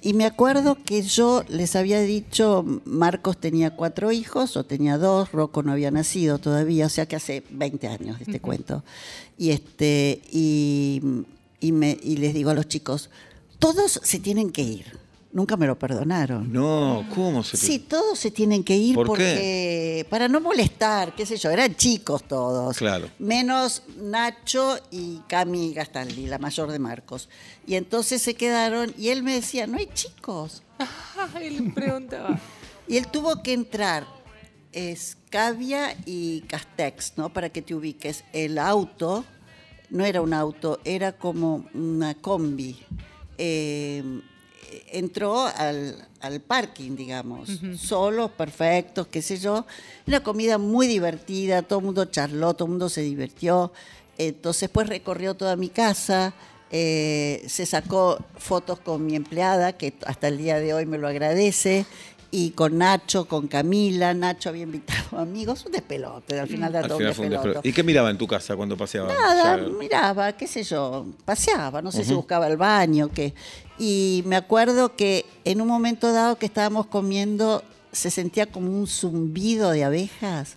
Speaker 5: y me acuerdo que yo les había dicho, Marcos tenía cuatro hijos, o tenía dos, Rocco no había nacido todavía, o sea que hace 20 años de este cuento. Y, este, y, y me, y les digo a los chicos, todos se tienen que ir. Nunca me lo perdonaron.
Speaker 3: No, ¿cómo se
Speaker 5: Sí, todos se tienen que ir
Speaker 3: ¿Por qué?
Speaker 5: porque para no molestar, qué sé yo, eran chicos todos.
Speaker 3: Claro.
Speaker 5: Menos Nacho y Cami Gastaldi, la mayor de Marcos. Y entonces se quedaron y él me decía, "No hay chicos."
Speaker 4: Él preguntaba.
Speaker 5: Y él tuvo que entrar Escavia y Castex, ¿no? Para que te ubiques. El auto no era un auto, era como una combi. Eh, entró al, al parking, digamos, solos, perfectos, qué sé yo. Una comida muy divertida, todo el mundo charló, todo el mundo se divirtió. Entonces, pues recorrió toda mi casa. eh, se sacó fotos con mi empleada, que hasta el día de hoy me lo agradece, y con Nacho, con Camila. Nacho había invitado amigos, un despelote, al final de
Speaker 3: Al
Speaker 5: todo un
Speaker 3: final fue un
Speaker 5: despelote.
Speaker 3: despropósito. ¿Y qué miraba en tu casa cuando paseaba?
Speaker 5: Nada,
Speaker 3: Jagger?
Speaker 5: miraba, qué sé yo, paseaba, no sé si buscaba el baño, qué. Y me acuerdo que en un momento dado que estábamos comiendo, se sentía como un zumbido de abejas.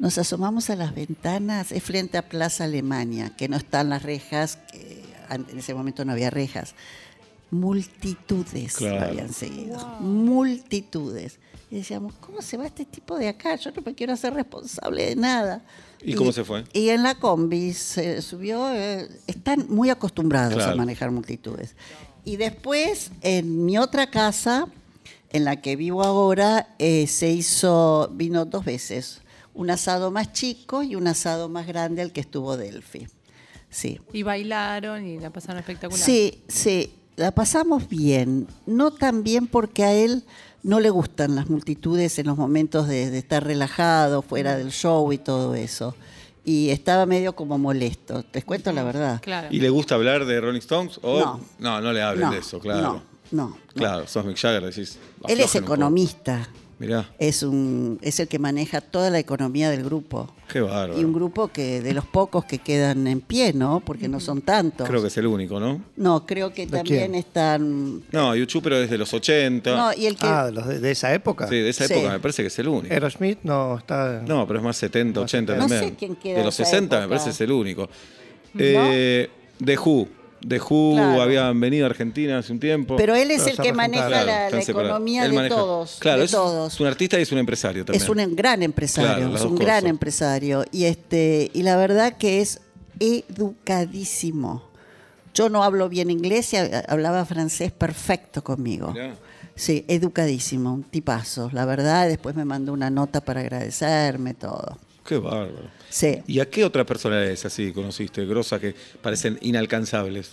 Speaker 5: Nos asomamos a las ventanas, es frente a Plaza Alemania, que no están las rejas, que an- en ese momento no había rejas. Multitudes lo
Speaker 3: Claro.
Speaker 5: habían seguido, multitudes. Y decíamos, ¿cómo se va este tipo de acá? Yo no me quiero hacer responsable de nada.
Speaker 3: ¿Y cómo se fue?
Speaker 5: Y en la combi se subió, eh, están muy acostumbrados
Speaker 3: Claro.
Speaker 5: a manejar multitudes. Y después, en mi otra casa, en la que vivo ahora, eh, se hizo, vino dos veces, un asado más chico y un asado más grande al que estuvo Delphi. Sí.
Speaker 4: Y bailaron y la pasaron espectacular.
Speaker 5: Sí, sí. la pasamos bien, no tan bien porque a él no le gustan las multitudes en los momentos de, de estar relajado, fuera del show y todo eso. Y estaba medio como molesto, les cuento la verdad.
Speaker 4: Claro.
Speaker 3: ¿Y le gusta hablar de Rolling Stones? O...
Speaker 5: No.
Speaker 3: no, no le hablen de eso, claro.
Speaker 5: No, no. no.
Speaker 3: Claro, sos Mick Jagger, decís.
Speaker 5: Él
Speaker 3: aflojen
Speaker 5: es
Speaker 3: un poco.
Speaker 5: economista,
Speaker 3: Mirá,
Speaker 5: es, un, es el que maneja toda la economía del grupo.
Speaker 3: qué bárbaro.
Speaker 5: Y un grupo que de los pocos que quedan en pie, ¿no? Porque no son tantos.
Speaker 3: Creo que es el único, ¿no?
Speaker 5: No, creo que
Speaker 6: ¿De
Speaker 5: también
Speaker 6: quién?
Speaker 5: están.
Speaker 3: No, YouTube, pero desde los 80.
Speaker 5: No, y el que.
Speaker 6: Ah, de, los de- de esa época.
Speaker 3: sí, de esa
Speaker 5: sí.
Speaker 3: época me parece que es el único.
Speaker 6: Aerosmith no está.
Speaker 3: No, pero es más 70, 80
Speaker 5: No sé
Speaker 3: también.
Speaker 5: quién queda
Speaker 3: De
Speaker 5: de
Speaker 3: los
Speaker 5: esa
Speaker 3: 60 me
Speaker 5: época.
Speaker 3: parece es el único. Eh, de Who. De Who
Speaker 5: Claro.
Speaker 3: habían venido a Argentina hace un tiempo.
Speaker 5: pero él es
Speaker 6: Pero
Speaker 5: el
Speaker 6: se
Speaker 5: que
Speaker 6: han
Speaker 5: maneja
Speaker 6: juntado.
Speaker 5: la, la
Speaker 3: están separados.
Speaker 5: economía
Speaker 3: Él
Speaker 5: de
Speaker 3: maneja-
Speaker 5: todos.
Speaker 3: Claro,
Speaker 5: de
Speaker 3: es,
Speaker 5: todos.
Speaker 3: es un artista y es un empresario también.
Speaker 5: Es un em- gran empresario,
Speaker 3: Claro, las
Speaker 5: es
Speaker 3: dos
Speaker 5: un gran
Speaker 3: cosas.
Speaker 5: empresario. Y este, y la verdad que es educadísimo. Yo no hablo bien inglés y ha- hablaba francés perfecto conmigo.
Speaker 3: Mirá.
Speaker 5: Sí, educadísimo, un tipazo, la verdad. Después me mandó una nota para agradecerme, todo.
Speaker 3: Qué bárbaro.
Speaker 5: Sí.
Speaker 3: ¿Y a qué otras personalidades así conociste, grosas, que parecen inalcanzables?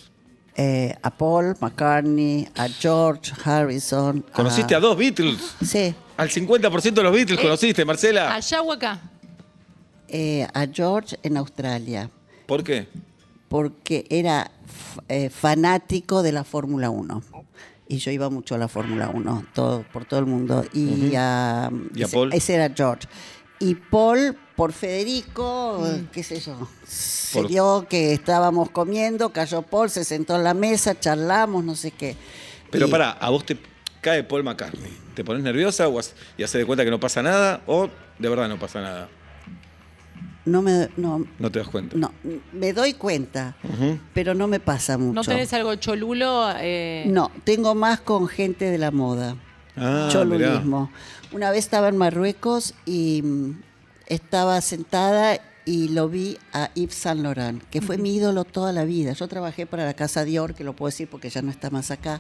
Speaker 5: Eh, a Paul, McCartney, a George Harrison.
Speaker 3: ¿Conociste a dos Beatles?
Speaker 5: Sí.
Speaker 3: Al 50% de los Beatles
Speaker 4: Eh,
Speaker 3: conociste, Marcela.
Speaker 4: Allá o acá.
Speaker 5: eh, a George en Australia,
Speaker 3: ¿Por qué?
Speaker 5: porque era f- eh, fanático de la Fórmula 1. Y yo iba mucho a la Fórmula 1, todo, por todo el mundo. Y, a,
Speaker 3: ¿Y a
Speaker 5: ese-
Speaker 3: Paul?
Speaker 5: Ese, era George. Y Paul, por Federico, eh, qué sé yo, se
Speaker 3: Mm. Por-
Speaker 5: dio que estábamos comiendo, cayó Paul, se sentó en la mesa, charlamos, no sé qué.
Speaker 3: Pero
Speaker 5: Y-
Speaker 3: pará, a vos te cae Paul McCartney. ¿Te pones nerviosa o has- y haces de cuenta que no pasa nada o de verdad no pasa nada?
Speaker 5: No me, no,
Speaker 3: No te das cuenta.
Speaker 5: no, me doy cuenta,
Speaker 3: Ujú.
Speaker 5: pero no me pasa mucho.
Speaker 4: ¿No tenés algo cholulo? Eh,
Speaker 5: No, tengo más con gente de la moda.
Speaker 3: Ah,
Speaker 5: Cholulismo. Una vez estaba en Marruecos y mm, estaba sentada y lo vi a Yves Saint Laurent, que fue mi ídolo toda la vida. Yo trabajé para la Casa Dior, que lo puedo decir porque ya no está más acá,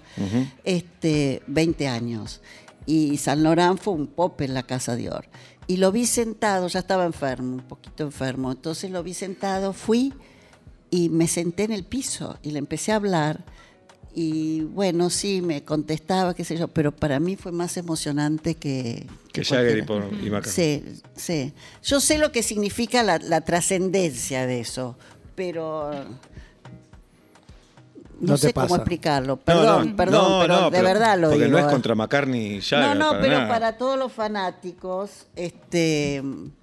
Speaker 5: este, 20 años. Y Saint Laurent fue un pop en la Casa Dior. Y lo vi sentado, ya estaba enfermo, un poquito enfermo. Entonces lo vi sentado, fui y me senté en el piso y le empecé a hablar y bueno, sí, me contestaba, qué sé yo, pero para mí fue más emocionante que...
Speaker 3: Que
Speaker 5: cualquiera.
Speaker 3: Jagger y, Paul- y McCartney.
Speaker 5: Sí, sí. Yo sé lo que significa la, la trascendencia de eso, pero... No,
Speaker 6: No te
Speaker 5: sé cómo
Speaker 6: pasa.
Speaker 5: explicarlo. Perdón, perdón,
Speaker 3: no,
Speaker 5: pero
Speaker 3: no,
Speaker 5: de
Speaker 3: pero-
Speaker 5: verdad lo
Speaker 3: porque
Speaker 5: digo. ¿eh?
Speaker 3: no es contra McCartney y
Speaker 5: No,
Speaker 3: Jagger.
Speaker 5: no, pero
Speaker 3: nada.
Speaker 5: para todos los fanáticos, este,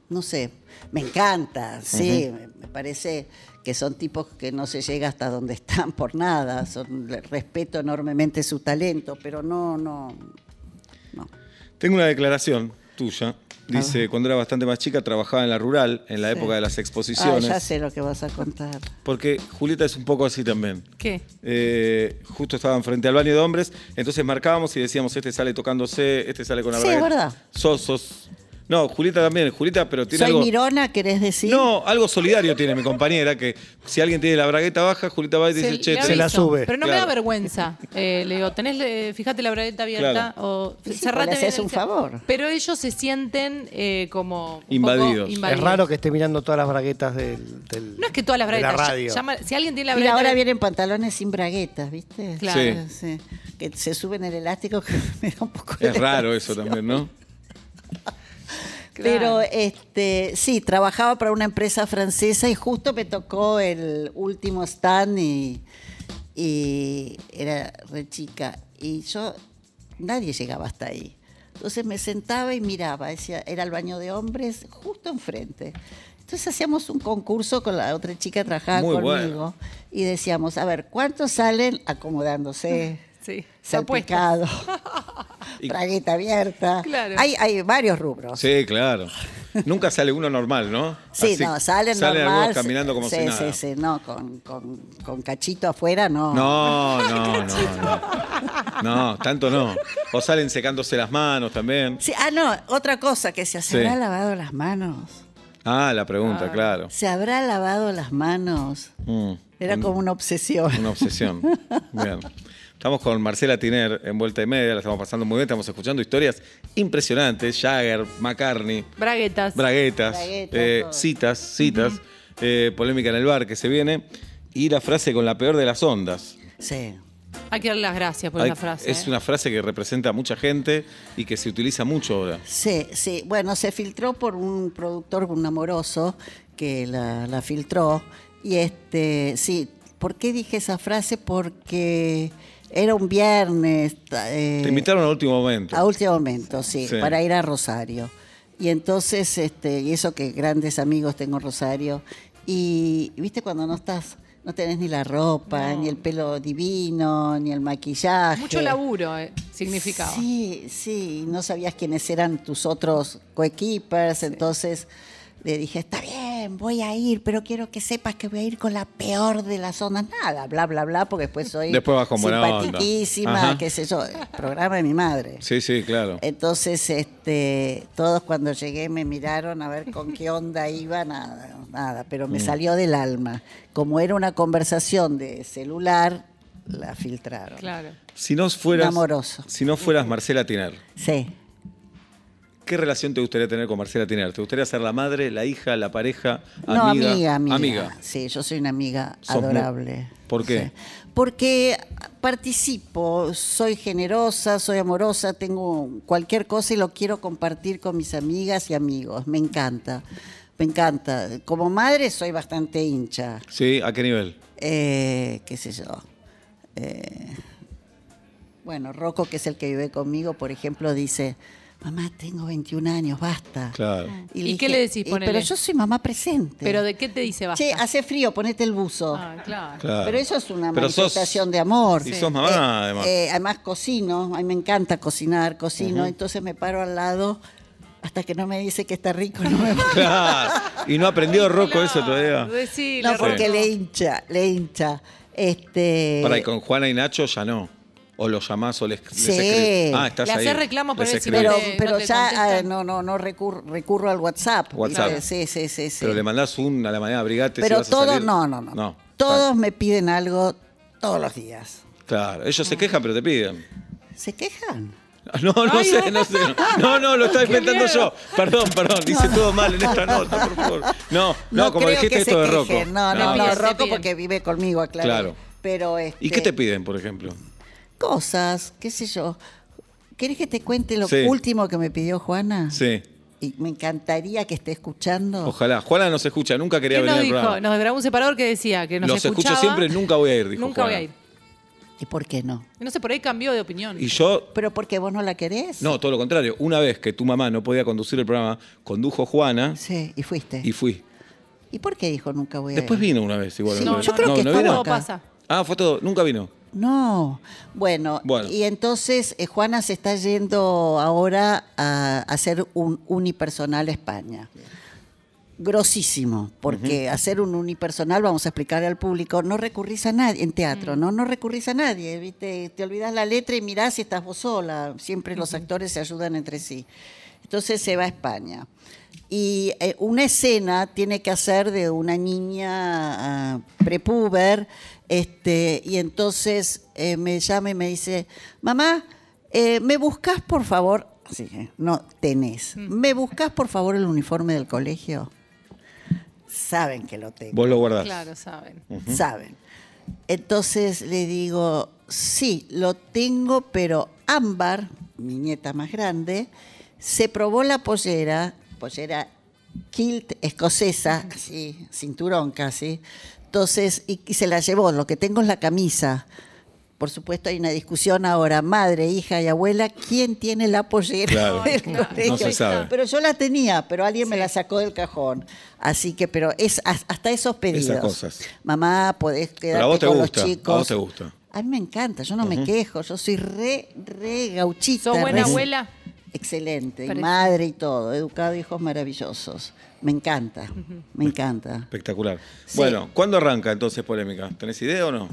Speaker 5: no sé, me encanta, sí, me parece que son tipos que no se llega hasta donde están por nada, son, le respeto enormemente su talento, pero no, no, no.
Speaker 3: Tengo una declaración tuya. Dice, cuando era bastante más chica trabajaba en la rural, en la
Speaker 5: Ah. Sí.
Speaker 3: época de las
Speaker 5: Ah,
Speaker 3: exposiciones.
Speaker 5: ya sé lo que vas a contar.
Speaker 3: Porque Julieta es un poco así también.
Speaker 4: ¿Qué?
Speaker 3: Eh, justo estaban frente al baño de hombres, entonces marcábamos y decíamos, este sale tocándose, este sale con la
Speaker 5: Sí,
Speaker 3: bragueta.
Speaker 5: es verdad.
Speaker 3: Sos, sos- No, Julieta también, Julieta, pero tiene
Speaker 5: ¿Soy
Speaker 3: algo...
Speaker 5: mirona, querés decir?
Speaker 3: No, algo solidario tiene mi compañera, que si alguien tiene la bragueta baja, Julieta va y dice, che,
Speaker 4: le
Speaker 6: se la
Speaker 4: aviso,
Speaker 6: sube.
Speaker 4: Pero no me
Speaker 3: Claro.
Speaker 4: da vergüenza. Eh, le digo, tenés, eh, fíjate la bragueta abierta
Speaker 3: Claro.
Speaker 4: o
Speaker 5: Sí, sí,
Speaker 4: cerrate
Speaker 5: le haces
Speaker 4: bien el
Speaker 5: un
Speaker 4: ce-
Speaker 5: favor.
Speaker 4: Pero ellos se sienten eh, como un poco
Speaker 3: Invadidos. Es
Speaker 6: Es raro que esté mirando todas las braguetas del. del-
Speaker 4: No es que todas las
Speaker 6: de la
Speaker 4: braguetas. ya-
Speaker 6: radio.
Speaker 4: llama- si alguien tiene la
Speaker 5: Y
Speaker 4: bragueta.
Speaker 5: ahora vienen pantalones sin braguetas, ¿viste?
Speaker 4: Claro.
Speaker 3: Sí.
Speaker 5: Sí, Que se suben el elástico que me da un poco de
Speaker 3: Es raro eso
Speaker 5: lástima.
Speaker 3: también, ¿no?
Speaker 5: Pero
Speaker 4: Claro.
Speaker 5: este sí, trabajaba para una empresa francesa y justo me tocó el último stand y, y era re chica. Y yo, nadie llegaba hasta ahí. Entonces me sentaba y miraba, decía, era el baño de hombres justo enfrente. Entonces hacíamos un concurso con la otra chica que trabajaba
Speaker 3: Muy
Speaker 5: conmigo
Speaker 3: bueno.
Speaker 5: y decíamos, a ver, ¿cuántos salen acomodándose?
Speaker 4: Sí. Apuestas.
Speaker 5: Salpicado,
Speaker 3: Y-
Speaker 5: bragueta abierta.
Speaker 4: Claro.
Speaker 5: Hay, hay varios rubros.
Speaker 3: Sí, claro. Nunca sale uno normal, ¿no?
Speaker 5: Sí,
Speaker 3: Así-
Speaker 5: no, salen,
Speaker 3: salen
Speaker 5: normal.
Speaker 3: algunos caminando como
Speaker 5: sí,
Speaker 3: si nada.
Speaker 5: Sí, sí, no, con, con, con cachito afuera no.
Speaker 3: No, no, no, no. No, tanto no. O salen secándose las manos también.
Speaker 5: Sí, ah, no, otra cosa, que se habrá
Speaker 3: Sí.
Speaker 5: lavado las manos.
Speaker 3: Ah, la pregunta, claro.
Speaker 5: Se habrá lavado las manos.
Speaker 3: Mm,
Speaker 5: Era
Speaker 3: un-
Speaker 5: como una obsesión.
Speaker 3: una obsesión. Bien. Estamos con Marcela Tiner en vuelta y media, la estamos pasando muy bien, estamos escuchando historias impresionantes. Jagger, McCartney,
Speaker 4: Braguetas.
Speaker 3: braguetas,
Speaker 5: Braguetas,
Speaker 3: eh,
Speaker 5: todo.
Speaker 3: citas, citas, eh, polémica en el bar que se viene y la frase con la peor de las ondas.
Speaker 5: Sí.
Speaker 4: Hay que darle las gracias por
Speaker 3: Hay-
Speaker 4: esa frase.
Speaker 3: es
Speaker 4: ¿eh?
Speaker 3: una frase que representa a mucha gente y que se utiliza mucho ahora.
Speaker 5: Sí, sí. Bueno, se filtró por un productor, un amoroso, que la, la filtró. Y este, sí, ¿por qué dije esa frase? Porque era un viernes. ta- eh,
Speaker 3: Te invitaron al último momento.
Speaker 5: A último momento, sí,
Speaker 3: Sí.
Speaker 5: para ir a Rosario. Y entonces, este, y eso que grandes amigos tengo en Rosario. Y viste cuando no estás, no tenés ni la ropa, ni el pelo divino, ni el maquillaje.
Speaker 4: Mucho laburo eh, significaba.
Speaker 5: Sí, sí, no sabías quiénes eran tus otros coequippers, entonces le dije, está bien, voy a ir, pero quiero que sepas que voy a ir con la peor de las ondas, nada, bla, bla, bla, porque después soy
Speaker 3: Después vas con buena onda.
Speaker 5: simpatiquísima,
Speaker 3: Ajá.
Speaker 5: qué sé yo, el programa de mi madre.
Speaker 3: Sí, sí, claro.
Speaker 5: Eh, Entonces, este, todos cuando llegué me miraron a ver con qué onda iba, nada, nada, pero
Speaker 3: Mm.
Speaker 5: me salió del alma. Como era una conversación de celular, la filtraron.
Speaker 4: Claro.
Speaker 3: Si no fueras,
Speaker 5: Amoroso.
Speaker 3: si no fueras Marcela Tiner,
Speaker 5: Sí.
Speaker 3: ¿qué relación te gustaría tener con Marcela Tiner? ¿Te gustaría ser la madre, la hija, la pareja,
Speaker 5: No,
Speaker 3: amiga?
Speaker 5: amiga, amiga.
Speaker 3: Amiga.
Speaker 5: Sí, yo soy una amiga
Speaker 3: Sos muy-
Speaker 5: adorable.
Speaker 3: ¿Por qué?
Speaker 5: Sí. Porque participo, soy generosa, soy amorosa, tengo cualquier cosa y lo quiero compartir con mis amigas y amigos. Me encanta, me encanta. Como madre soy bastante hincha,
Speaker 3: Sí, ¿a qué nivel?
Speaker 5: eh, qué sé yo. Eh, bueno, Rocco, que es el que vive conmigo, por ejemplo, dice, mamá, tengo 21 años, basta.
Speaker 3: Claro.
Speaker 5: le
Speaker 4: ¿Y qué le decís?
Speaker 5: "Eh,
Speaker 4: Ponele.
Speaker 5: Pero yo soy mamá presente.
Speaker 4: Pero ¿de qué te dice basta?
Speaker 5: Che, hace frío, ponete el buzo.
Speaker 4: Ah, claro.
Speaker 3: Claro.
Speaker 5: Pero eso es una
Speaker 3: Pero sos-
Speaker 5: manifestación de amor.
Speaker 3: Y sos mamá,
Speaker 5: Eh,
Speaker 3: además.
Speaker 5: eh, además cocino, a mí me encanta cocinar, cocino, entonces me paro al lado hasta que no me dice que está rico, no me voy.
Speaker 3: Claro. Y no aprendió Rocco eso
Speaker 4: Claro,
Speaker 3: todavía.
Speaker 4: decile,
Speaker 5: No,
Speaker 4: Rocco.
Speaker 5: porque le hincha, le hincha. Este,
Speaker 3: Para, y con Juana y Nacho ya no. O los llamás o les, les
Speaker 5: Sí.
Speaker 3: escribís. Ah, estás
Speaker 4: Le
Speaker 3: ahí.
Speaker 4: hacés reclamos por
Speaker 3: Les
Speaker 4: ver si
Speaker 3: escribís.
Speaker 5: pero
Speaker 4: no te-
Speaker 5: pero
Speaker 4: te
Speaker 5: ya
Speaker 4: contestan.
Speaker 5: eh, no no no recurro, recurro al WhatsApp.
Speaker 3: WhatsApp.
Speaker 5: ¿viste? Sí, sí, sí, sí.
Speaker 3: Pero le mandás un a la mañana, brigate.
Speaker 5: Pero
Speaker 3: si vas a
Speaker 5: todos,
Speaker 3: salir.
Speaker 5: no, no, no.
Speaker 3: No. Ah,
Speaker 5: Todos me piden algo todos los días.
Speaker 3: Claro, ellos se quejan, pero te piden.
Speaker 5: ¿Se quejan?
Speaker 3: No, no sé, no sé. No, no, lo estaba inventando yo. Perdón, perdón, hice todo mal en esta nota, por favor. No, no, como
Speaker 5: creo
Speaker 3: dijiste
Speaker 5: que se
Speaker 3: esto de Rocco.
Speaker 5: quejen. No, no,
Speaker 4: No.
Speaker 5: no,
Speaker 4: Te piden, te
Speaker 5: Rocco
Speaker 4: piden.
Speaker 5: porque vive conmigo, aclaro.
Speaker 3: Claro.
Speaker 5: Pero este,
Speaker 3: ¿Y qué te piden, por ejemplo?
Speaker 5: Cosas, qué sé yo. ¿Querés que te cuente lo
Speaker 3: Sí.
Speaker 5: último que me pidió Juana?
Speaker 3: Sí,
Speaker 5: Y me encantaría que esté escuchando.
Speaker 3: ojalá. Juana nos escucha, nunca quería
Speaker 4: ¿Qué
Speaker 3: venir
Speaker 4: nos
Speaker 3: al
Speaker 4: dijo?
Speaker 3: programa.
Speaker 4: Nos grabó un separador que decía que nos
Speaker 3: Los escucho
Speaker 4: escuchaba.
Speaker 3: siempre, nunca voy a ir, dijo
Speaker 4: Nunca voy a
Speaker 3: Juana.
Speaker 4: ir.
Speaker 5: ¿Y por qué no?
Speaker 4: Y No sé, por ahí cambió de opinión.
Speaker 3: Y yo,
Speaker 5: ¿Pero porque vos no la querés?
Speaker 3: no, todo lo contrario. Una vez que tu mamá no podía conducir el programa, condujo Juana
Speaker 5: Sí, y fuiste.
Speaker 3: y
Speaker 5: ¿Y,
Speaker 3: fui.
Speaker 5: por qué dijo nunca voy a
Speaker 3: Después
Speaker 5: ir?
Speaker 3: vino una vez igual.
Speaker 5: Sí,
Speaker 3: al
Speaker 5: yo
Speaker 3: programa.
Speaker 5: creo que
Speaker 3: ¿no
Speaker 5: estuvo
Speaker 3: vino?
Speaker 4: Todo pasa.
Speaker 3: Ah, fue todo, nunca vino.
Speaker 5: No. Bueno,
Speaker 3: Bueno.
Speaker 5: y entonces eh, Juana se está yendo ahora a hacer un unipersonal a España. Grosísimo, porque hacer un unipersonal, vamos a explicarle al público, no recurrís a nadie, en teatro, ¿no? No recurrís a nadie, ¿viste? Te olvidas la letra y mirás si estás vos sola. Siempre los actores se ayudan entre sí. Entonces se va a España. Y eh, una escena tiene que hacer de una niña ah, prepuber, este, y entonces eh, me llama y me dice, mamá, eh, ¿me buscas por favor? Sí, eh, no tenés. ¿Me buscas por favor el uniforme del colegio? Saben que lo tengo,
Speaker 3: Vos lo guardás.
Speaker 4: Claro, saben.
Speaker 5: saben. Entonces le digo, sí, lo tengo, pero Ámbar, mi nieta más grande, se probó la pollera, pollera kilt escocesa, así, cinturón casi. Entonces, y, y se la llevó, lo que tengo es la camisa. Por supuesto, hay una discusión ahora, madre, hija y abuela, ¿quién tiene la pollera
Speaker 3: Claro,
Speaker 5: del
Speaker 3: no
Speaker 5: colegio?
Speaker 3: se sabe.
Speaker 5: Pero yo la tenía, pero alguien me la sacó del cajón. Así que, pero es has- hasta esos pedidos.
Speaker 3: cosas.
Speaker 5: Mamá, podés
Speaker 3: a vos
Speaker 5: quedarte
Speaker 3: te gusta,
Speaker 5: con
Speaker 3: a
Speaker 5: los
Speaker 3: vos
Speaker 5: chicos.
Speaker 3: te gusta.
Speaker 5: A mí me encanta, yo no me quejo, yo soy re, re gauchita.
Speaker 4: ¿Sos buena
Speaker 5: re-
Speaker 4: abuela?
Speaker 5: Excelente, y
Speaker 4: Parece.
Speaker 5: madre y todo, he educado hijos maravillosos. Me encanta, me encanta.
Speaker 3: Espectacular.
Speaker 5: Sí.
Speaker 3: Bueno, ¿cuándo arranca entonces polémica? ¿Tenés idea o no?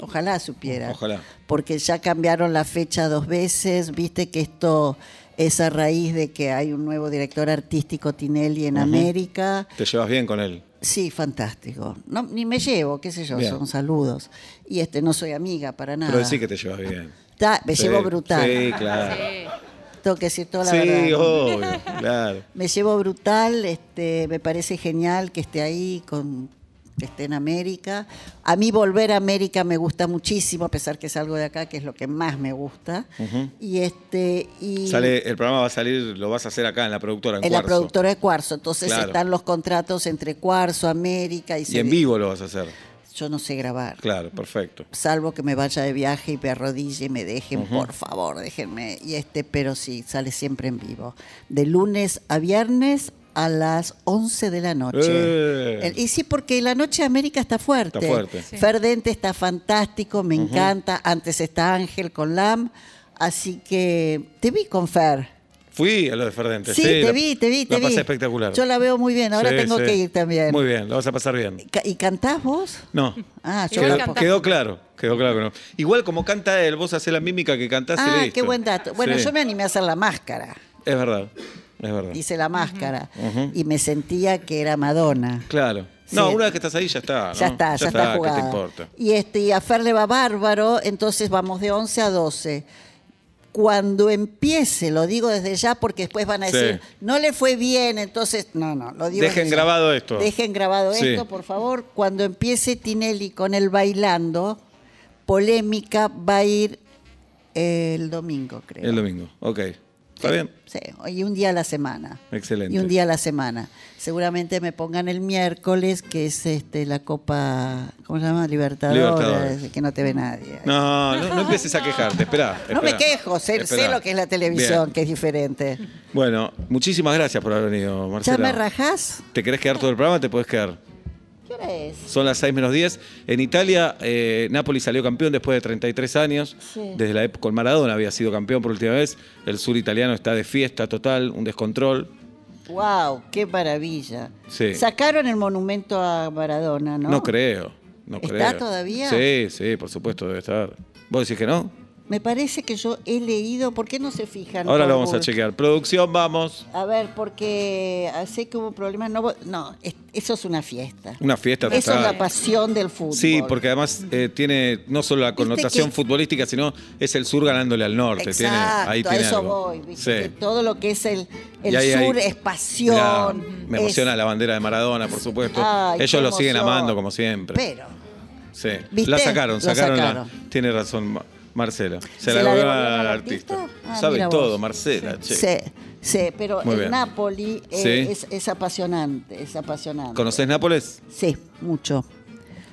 Speaker 5: Ojalá supiera.
Speaker 3: Ojalá.
Speaker 5: Porque ya cambiaron la fecha dos veces, viste que esto es a raíz de que hay un nuevo director artístico Tinelli en América.
Speaker 3: ¿Te llevas bien con él?
Speaker 5: Sí, fantástico. No, ni me llevo, qué sé yo,
Speaker 3: Bien.
Speaker 5: son saludos. Y este no soy amiga para nada.
Speaker 3: Pero decí que te llevas bien.
Speaker 5: Ta- me
Speaker 3: Sí,
Speaker 5: llevo brutal.
Speaker 3: Sí, claro.
Speaker 4: Sí.
Speaker 5: Tengo que decir toda la
Speaker 3: Sí,
Speaker 5: verdad.
Speaker 3: obvio, claro.
Speaker 5: Me llevo brutal, este, me parece genial que esté ahí con que esté en América. A mí volver a América me gusta muchísimo, a pesar que salgo de acá, que es lo que más me gusta.
Speaker 3: Ujú.
Speaker 5: Y este y
Speaker 3: Sale, el programa va a salir, lo vas a hacer acá en la productora, en,
Speaker 5: en la
Speaker 3: Cuarzo.
Speaker 5: productora de Cuarzo, entonces
Speaker 3: Claro.
Speaker 5: están los contratos entre Cuarzo, América y,
Speaker 3: Y
Speaker 5: se-
Speaker 3: en vivo lo vas a hacer.
Speaker 5: Yo no sé grabar.
Speaker 3: Claro, perfecto.
Speaker 5: Salvo que me vaya de viaje y me arrodille y me dejen, por favor, déjenme. Y este, pero sí, sale siempre en vivo. De lunes a viernes a las 11 de la noche.
Speaker 3: ¡Eh!
Speaker 5: El- y sí, porque la noche de América está fuerte.
Speaker 3: Está fuerte. Sí.
Speaker 5: Ferdente está fantástico, me encanta. Antes está Ángel con Lam. Así que te vi con Fer.
Speaker 3: Fui a lo de Ferdente.
Speaker 5: Sí, te
Speaker 3: la-
Speaker 5: vi, te vi, te
Speaker 3: la
Speaker 5: vi.
Speaker 3: pasé espectacular.
Speaker 5: Yo la veo muy bien, ahora
Speaker 3: Sí,
Speaker 5: tengo
Speaker 3: sí.
Speaker 5: que ir también.
Speaker 3: Muy bien, lo vas a pasar bien.
Speaker 5: Ca- ¿Y cantás vos?
Speaker 3: No.
Speaker 5: Ah, yo
Speaker 4: Igual
Speaker 5: la-
Speaker 3: Quedó,
Speaker 4: cantás.
Speaker 3: quedó claro, quedó claro que no. Igual como canta él, vos hacés la mímica que cantás y
Speaker 5: Ah,
Speaker 3: listo.
Speaker 5: qué buen dato. Bueno,
Speaker 3: Sí.
Speaker 5: yo me animé a hacer la máscara.
Speaker 3: Es verdad, es verdad.
Speaker 5: hice la máscara
Speaker 3: Ujú.
Speaker 5: y me sentía que era Madonna.
Speaker 3: Claro. No,
Speaker 5: Sí.
Speaker 3: una vez que estás ahí ya está. Ah, ¿no?
Speaker 5: Ya está, ya, está, jugada.
Speaker 3: ¿Qué te importa?
Speaker 5: Y, este, y a Fer le va bárbaro, entonces vamos de 11 a 12. Cuando empiece, lo digo desde ya porque después van a
Speaker 3: Sí.
Speaker 5: decir, no le fue bien, entonces, no, no, lo digo.
Speaker 3: Dejen
Speaker 5: desde ya.
Speaker 3: grabado esto.
Speaker 5: Dejen grabado
Speaker 3: Sí.
Speaker 5: esto, por favor. Cuando empiece Tinelli con el bailando, polémica va a ir el domingo, creo.
Speaker 3: El domingo, ok. ¿Está bien?
Speaker 5: Sí, y un día a la semana.
Speaker 3: Excelente.
Speaker 5: Y un día a la semana. Seguramente me pongan el miércoles, que es este la Copa, ¿cómo se llama? Libertadores,
Speaker 3: Libertadores.
Speaker 5: que no te ve nadie.
Speaker 3: No, no, no empieces a quejarte, esperá.
Speaker 5: No me
Speaker 3: esperá.
Speaker 5: quejo, sé, sé
Speaker 3: Esperá.
Speaker 5: lo que es la televisión,
Speaker 3: Bien.
Speaker 5: que es diferente.
Speaker 3: Bueno, muchísimas gracias por haber venido, Marcela.
Speaker 5: ¿Ya me rajás?
Speaker 3: ¿Te querés quedar todo el programa? Te podés quedar.
Speaker 5: ¿Qué hora es?
Speaker 3: Son las 6 menos 10. En Italia, eh, Napoli salió campeón después de 33 años.
Speaker 5: Sí.
Speaker 3: Desde la época con Maradona había sido campeón por última vez. El sur italiano está de fiesta total, un descontrol.
Speaker 5: ¡Wow! ¡Qué maravilla!
Speaker 3: Sí.
Speaker 5: Sacaron el monumento a Maradona, ¿no?
Speaker 3: No, creo. No
Speaker 5: ¿Está
Speaker 3: creo.
Speaker 5: todavía?
Speaker 3: Sí, sí, por supuesto debe estar. ¿Vos decís que no?
Speaker 5: Me parece que yo he leído, ¿por qué no se fijan?
Speaker 3: Ahora
Speaker 5: por
Speaker 3: lo vamos a
Speaker 5: Google?
Speaker 3: chequear. Producción, vamos.
Speaker 5: A ver, porque ah, sé que hubo problemas. No, vo- no, es- eso es una fiesta.
Speaker 3: Una fiesta total.
Speaker 5: Eso es la pasión del fútbol.
Speaker 3: Sí, porque además eh, tiene no solo la connotación
Speaker 5: que-
Speaker 3: futbolística, sino es el sur ganándole al norte.
Speaker 5: Exacto,
Speaker 3: tiene, ahí
Speaker 5: a
Speaker 3: tiene
Speaker 5: eso
Speaker 3: algo.
Speaker 5: voy. ¿viste?
Speaker 3: Sí.
Speaker 5: Que todo lo que es el, el
Speaker 3: Y ahí hay-
Speaker 5: sur es pasión.
Speaker 3: Mirá, me
Speaker 5: es-
Speaker 3: emociona la bandera de Maradona, por supuesto.
Speaker 5: Ay, qué
Speaker 3: Ellos lo siguen
Speaker 5: emoción.
Speaker 3: amando, como siempre.
Speaker 5: Pero
Speaker 3: Sí.
Speaker 5: ¿Viste?
Speaker 3: La sacaron,
Speaker 5: Lo
Speaker 3: sacaron, la-
Speaker 5: sacaron.
Speaker 3: Tiene razón Ma- Marcela. Se,
Speaker 5: ¿Se
Speaker 3: la
Speaker 5: la
Speaker 3: devolvió al
Speaker 5: devolvieron al
Speaker 3: artista.
Speaker 5: artista? Ah,
Speaker 3: Sabe
Speaker 5: mira vos.
Speaker 3: todo, Marcela. che.
Speaker 5: sí, sí, pero
Speaker 3: Muy
Speaker 5: el
Speaker 3: bien.
Speaker 5: Napoli eh,
Speaker 3: Sí.
Speaker 5: es, es apasionante, es apasionante.
Speaker 3: ¿Conocés Nápoles?
Speaker 5: Sí, mucho.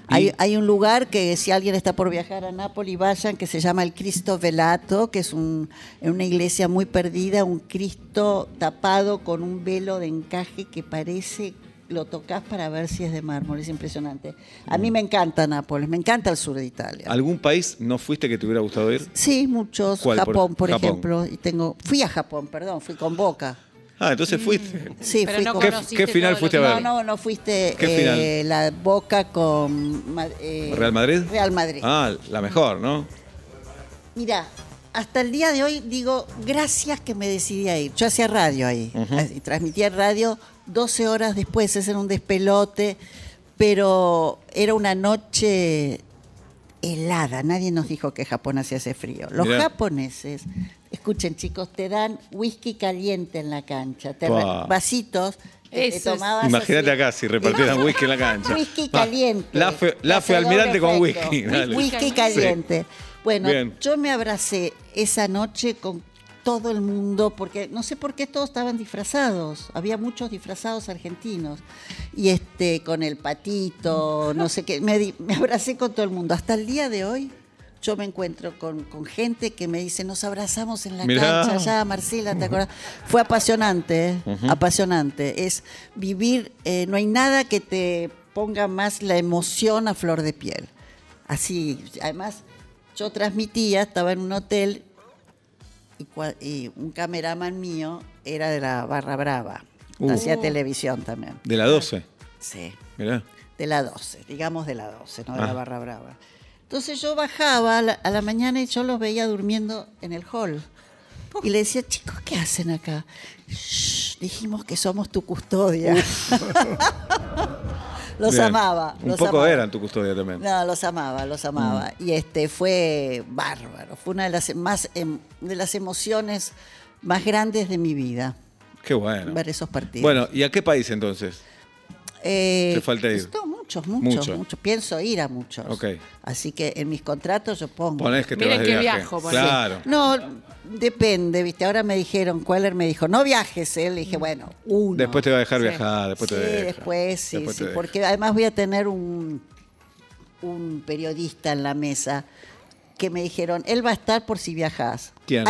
Speaker 3: ¿Y?
Speaker 5: Hay, hay un lugar que si alguien está por viajar a Nápoles, vayan, que se llama el Cristo Velato, que es un, en una iglesia muy perdida, un Cristo tapado con un velo de encaje que parece, lo tocas para ver si es de mármol, es impresionante. A mí me encanta Nápoles, me encanta el sur de Italia.
Speaker 3: ¿Algún país no fuiste que te hubiera gustado ir?
Speaker 5: Sí, muchos.
Speaker 3: ¿Cuál, por-
Speaker 5: Japón, por,
Speaker 3: Japón?
Speaker 5: ejemplo. Y tengo, fui a Japón, perdón, fui con Boca.
Speaker 3: Ah, entonces
Speaker 5: Mm.
Speaker 3: fuiste.
Speaker 5: Sí,
Speaker 4: Pero
Speaker 5: fui
Speaker 4: no
Speaker 5: con
Speaker 3: ¿Qué,
Speaker 4: conociste
Speaker 3: qué final
Speaker 4: todo
Speaker 3: fuiste a
Speaker 4: lo-
Speaker 5: no,
Speaker 3: ver?
Speaker 5: no, no fuiste
Speaker 3: ¿Qué
Speaker 5: eh, la Boca con Ma- eh,
Speaker 3: ¿Real Madrid?
Speaker 5: Real Madrid.
Speaker 3: Ah, la mejor, ¿no?
Speaker 5: Mira, hasta el día de hoy digo gracias que me decidí a ir. Yo hacía radio ahí, así, transmitía radio 12 horas después, ese era un despelote, pero era una noche helada. Nadie nos dijo que Japón hacía ese frío. Los
Speaker 3: Mirá.
Speaker 5: japoneses, escuchen chicos, te dan whisky caliente en la cancha, te
Speaker 3: Pa.
Speaker 5: re- vasitos. que te
Speaker 4: Eso es.
Speaker 5: tomabas
Speaker 3: Imagínate
Speaker 5: así.
Speaker 3: acá si repartieran whisky en la cancha.
Speaker 5: Whisky
Speaker 3: Va,
Speaker 5: caliente.
Speaker 3: La fe,
Speaker 5: Que
Speaker 3: la
Speaker 5: hace
Speaker 3: fe
Speaker 5: doble
Speaker 3: almirante con
Speaker 5: efecto.
Speaker 3: whisky. dale.
Speaker 5: Whisky caliente. Bueno,
Speaker 3: Bien.
Speaker 5: yo me abracé esa noche con todo el mundo, porque no sé por qué todos estaban disfrazados. Había muchos disfrazados argentinos. Y este, con el patito, no sé qué. Me, di- me abracé con todo el mundo. Hasta el día de hoy. Yo me encuentro con, con gente que me dice, nos abrazamos en la
Speaker 3: Mirá.
Speaker 5: cancha ya, Marcela, ¿te acordás? Fue apasionante, ¿eh? apasionante. Es vivir, eh, no hay nada que te ponga más la emoción a flor de piel. Así, además, yo transmitía, estaba en un hotel y, cua- y un cameraman mío era de la Barra Brava.
Speaker 3: Uh.
Speaker 5: Hacía televisión también.
Speaker 3: De la 12.
Speaker 5: Sí
Speaker 3: Mirá.
Speaker 5: de la 12, digamos de la 12, no de
Speaker 3: Ah.
Speaker 5: la barra brava. Entonces yo bajaba a la, a la mañana y yo los veía durmiendo en el hall. Y le decía, chicos, ¿qué hacen acá? "Shh, dijimos que somos tu custodia. los
Speaker 3: Bien.
Speaker 5: amaba.
Speaker 3: Un
Speaker 5: los
Speaker 3: poco
Speaker 5: amaba.
Speaker 3: eran Mm. tu custodia también.
Speaker 5: No, los amaba, los amaba. Y este fue bárbaro. Fue una de las, más, em- de las emociones más grandes de mi vida,
Speaker 3: Qué bueno.
Speaker 5: ver esos partidos.
Speaker 3: Bueno, ¿y a qué país entonces?
Speaker 5: Eh,
Speaker 3: Te falta ir.
Speaker 5: No, muchos muchos, muchos,
Speaker 3: Mucho.
Speaker 5: muchos. Pienso ir a muchos.
Speaker 3: Ok.
Speaker 5: Así que en mis contratos yo pongo.
Speaker 3: Ponés que te
Speaker 4: Miren
Speaker 3: vas de
Speaker 4: que
Speaker 3: viaje.
Speaker 4: viajo, ponés.
Speaker 3: claro.
Speaker 5: No, depende, ¿viste? Ahora me dijeron, Queller me dijo, no viajes, él. Le dije, bueno, uno.
Speaker 3: Después te va a dejar
Speaker 4: Sí.
Speaker 3: viajar, Mm. después
Speaker 5: sí,
Speaker 3: te deja.
Speaker 5: después sí,
Speaker 3: Después te
Speaker 5: sí,
Speaker 3: deja.
Speaker 5: porque además voy a tener un, un periodista en la mesa que me dijeron, él va a estar por si viajas.
Speaker 3: ¿Quién?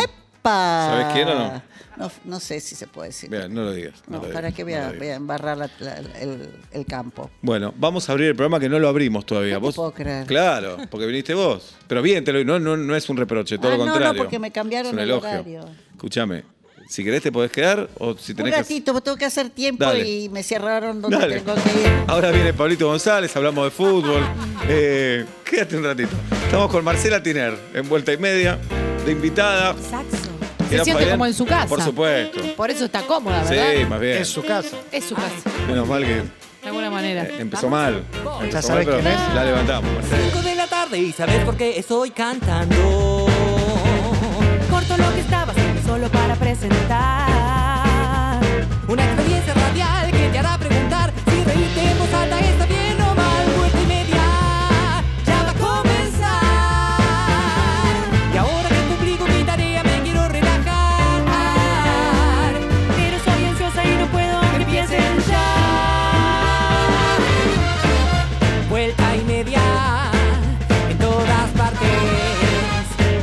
Speaker 3: ¿Sabés quién o no?
Speaker 5: No, no sé si se puede decir.
Speaker 3: Bien, no lo digas.
Speaker 5: no,
Speaker 3: lo digas,
Speaker 5: para que voy
Speaker 3: no
Speaker 5: a,
Speaker 3: lo
Speaker 5: voy a
Speaker 3: digas.
Speaker 5: embarrar la- la- el, el campo.
Speaker 3: Bueno, vamos a abrir el programa que no lo abrimos todavía.
Speaker 5: No te
Speaker 3: ¿Vos?
Speaker 5: puedo creer.
Speaker 3: Claro, porque viniste vos. Pero bien, te lo- no, no, no es un reproche, todo
Speaker 5: Ah,
Speaker 3: lo
Speaker 5: no, no,
Speaker 3: contrario.
Speaker 5: porque me cambiaron
Speaker 3: Es un
Speaker 5: el
Speaker 3: elogio.
Speaker 5: horario.
Speaker 3: Escúchame, si querés te podés quedar o si
Speaker 5: Un
Speaker 3: tenés que...
Speaker 5: ratito, tengo que hacer tiempo
Speaker 3: Dale.
Speaker 5: y me cerraron donde
Speaker 3: Dale.
Speaker 5: tengo que ir.
Speaker 3: Ahora viene Pablito González, hablamos de fútbol. Eh, quédate un ratito. Estamos con Marcela Tiner, en vuelta y media, de invitada.
Speaker 4: Se
Speaker 3: Era
Speaker 4: siente
Speaker 3: Fabián,
Speaker 4: como en su casa.
Speaker 3: Por supuesto.
Speaker 4: Por eso está cómoda, ¿verdad?
Speaker 3: Sí, más bien.
Speaker 6: Es su casa.
Speaker 4: Es su casa,
Speaker 3: Menos mal que
Speaker 4: de alguna manera.
Speaker 3: eh, empezó mal. Empezó mal,
Speaker 6: sabés
Speaker 3: pero
Speaker 6: quién es.
Speaker 3: La levantamos, Marcela.
Speaker 7: 5 de la tarde y sabes por qué estoy cantando. Corto lo que estaba haciendo solo para presentar una experiencia radial que te hará preguntar si reírte en voz alta está bien o mal. Vuelta y media ya va a comenzar. Y ahora que cumplí con mi tarea me quiero relajar. Pero soy ansiosa y no puedo que empiecen ya vuelta y media en todas partes.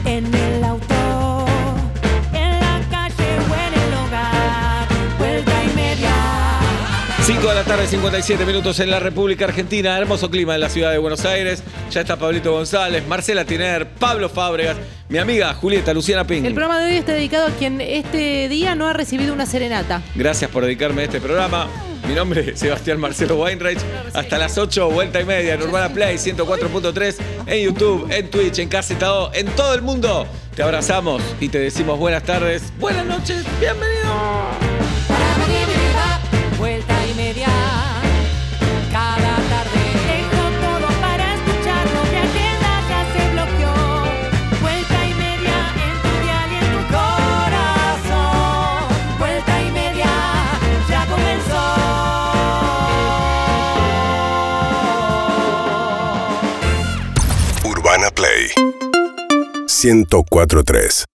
Speaker 7: En el auto, en la calle o en el hogar, vuelta y media.
Speaker 3: 5 de la tarde, 57 minutos en la República Argentina. Hermoso clima en la ciudad de Buenos Aires. Ya está Pablito González, Marcela Tiner, Pablo Fábregas, mi amiga Julieta Luciana Ping.
Speaker 4: El programa de hoy está dedicado a quien este día no ha recibido una serenata.
Speaker 3: Gracias por dedicarme a este programa. Mi nombre es Sebastián Marcelo Weinreich. Hasta las 8, vuelta y media en Urbana Play 104.3, en YouTube, en Twitch, en KZO, en todo el mundo. Te abrazamos y te decimos buenas tardes, buenas noches, bienvenido.
Speaker 7: Vuelta y media cada tarde. Dejo todo para escucharlo. Mi agenda ya se bloqueó. Vuelta y media en tu dial y en tu corazón. Vuelta y media ya comenzó.
Speaker 8: Urbana Play 1043